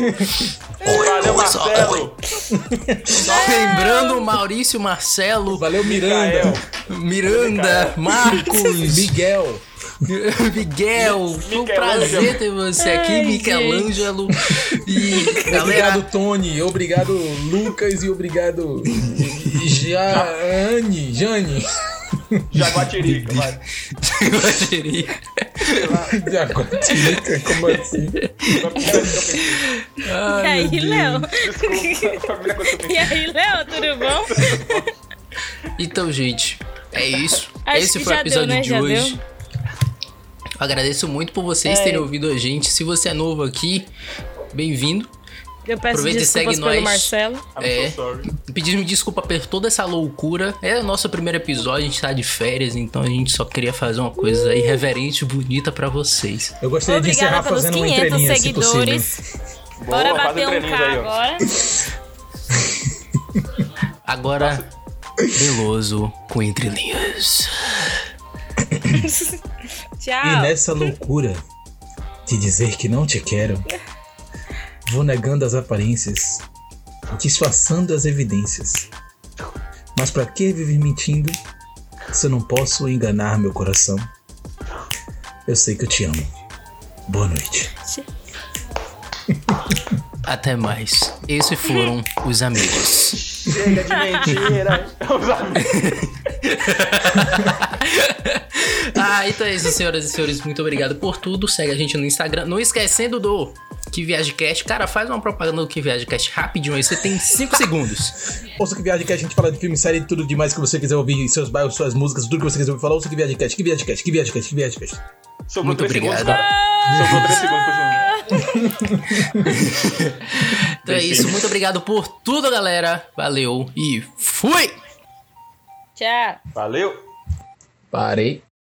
A: de hoje.
C: é. Valeu,
A: oi, só-
C: Marcelo.
A: Só
B: É.
A: lembrando, Maurício, Marcelo,
E: Valeu, Miranda.
C: Micael.
A: Miranda, Marcos,
E: Miguel.
A: Miguel. Foi um
C: Michelangelo.
A: prazer ter você aqui,
B: Ai,
A: Michelangelo. E galera,
E: Obrigado, Tony. Obrigado, Lucas. E obrigado, Jane. Jane.
C: Jaguatirica, vai.
E: Jaguatirica, Como assim?
B: e aí, Léo?
C: Desculpa, foi a primeira coisa que eu
B: E
C: pensei.
B: aí, Léo, tudo bom?
A: Então, gente, é isso.
B: Acho
A: Esse
B: que
A: foi o
B: já deu,
A: episódio
B: né?
A: de
B: Já
A: hoje.
B: deu.
A: Agradeço muito por vocês terem ouvido a gente. Se você é novo aqui, bem-vindo.
B: Eu peço
A: Aproveita e segue
B: desculpas pelo
A: nós.
B: Marcelo.
C: I'm
A: É.
C: so Ah, sorry.
A: Pedimos desculpa por toda essa loucura. É o nosso primeiro episódio, a gente tá de férias, então a gente só queria fazer uma coisa irreverente e bonita pra vocês.
E: Eu gostaria de encerrar
B: Obrigada pelos
E: fazendo uma
B: 500
E: entrelinha, se possível.
B: seguidores.
C: Boa,
B: Bora
C: faz
B: bater um
C: entrelinhas
B: K
C: aí, ó.
B: agora.
A: Agora, Beloso com Entre Linhas.
E: E
B: Tchau.
E: nessa loucura de dizer que não te quero, vou negando as aparências, disfarçando as evidências. Mas pra que viver mentindo se eu não posso enganar meu coração? Eu sei que eu te amo. Boa noite.
A: Até mais. Esses foram os amigos.
C: Chega de mentira. Os amigos.
A: Ah, então é isso, senhoras e senhores. Muito obrigado por tudo. Segue a gente no Instagram. Não esquecendo do Que Viagem Cast. Cara, faz uma propaganda do Que Viagem Cast rapidinho aí. Você tem 5 segundos.
E: Ouça que viagem que a gente fala de filme, série, tudo demais que você quiser ouvir, seus bairros, suas músicas, tudo que você quiser ouvir falar. Ouça que viagem cast, que viagem cast, que viagem cast, que é. viagem cast.
C: Sobrou
A: Muito
C: três segundos,
A: obrigado.
C: cara. Sobrou três segundos pro Juninho.
A: Então é isso. Muito obrigado por tudo, galera. Valeu e fui!
B: Tchau.
C: Valeu.
E: Parei.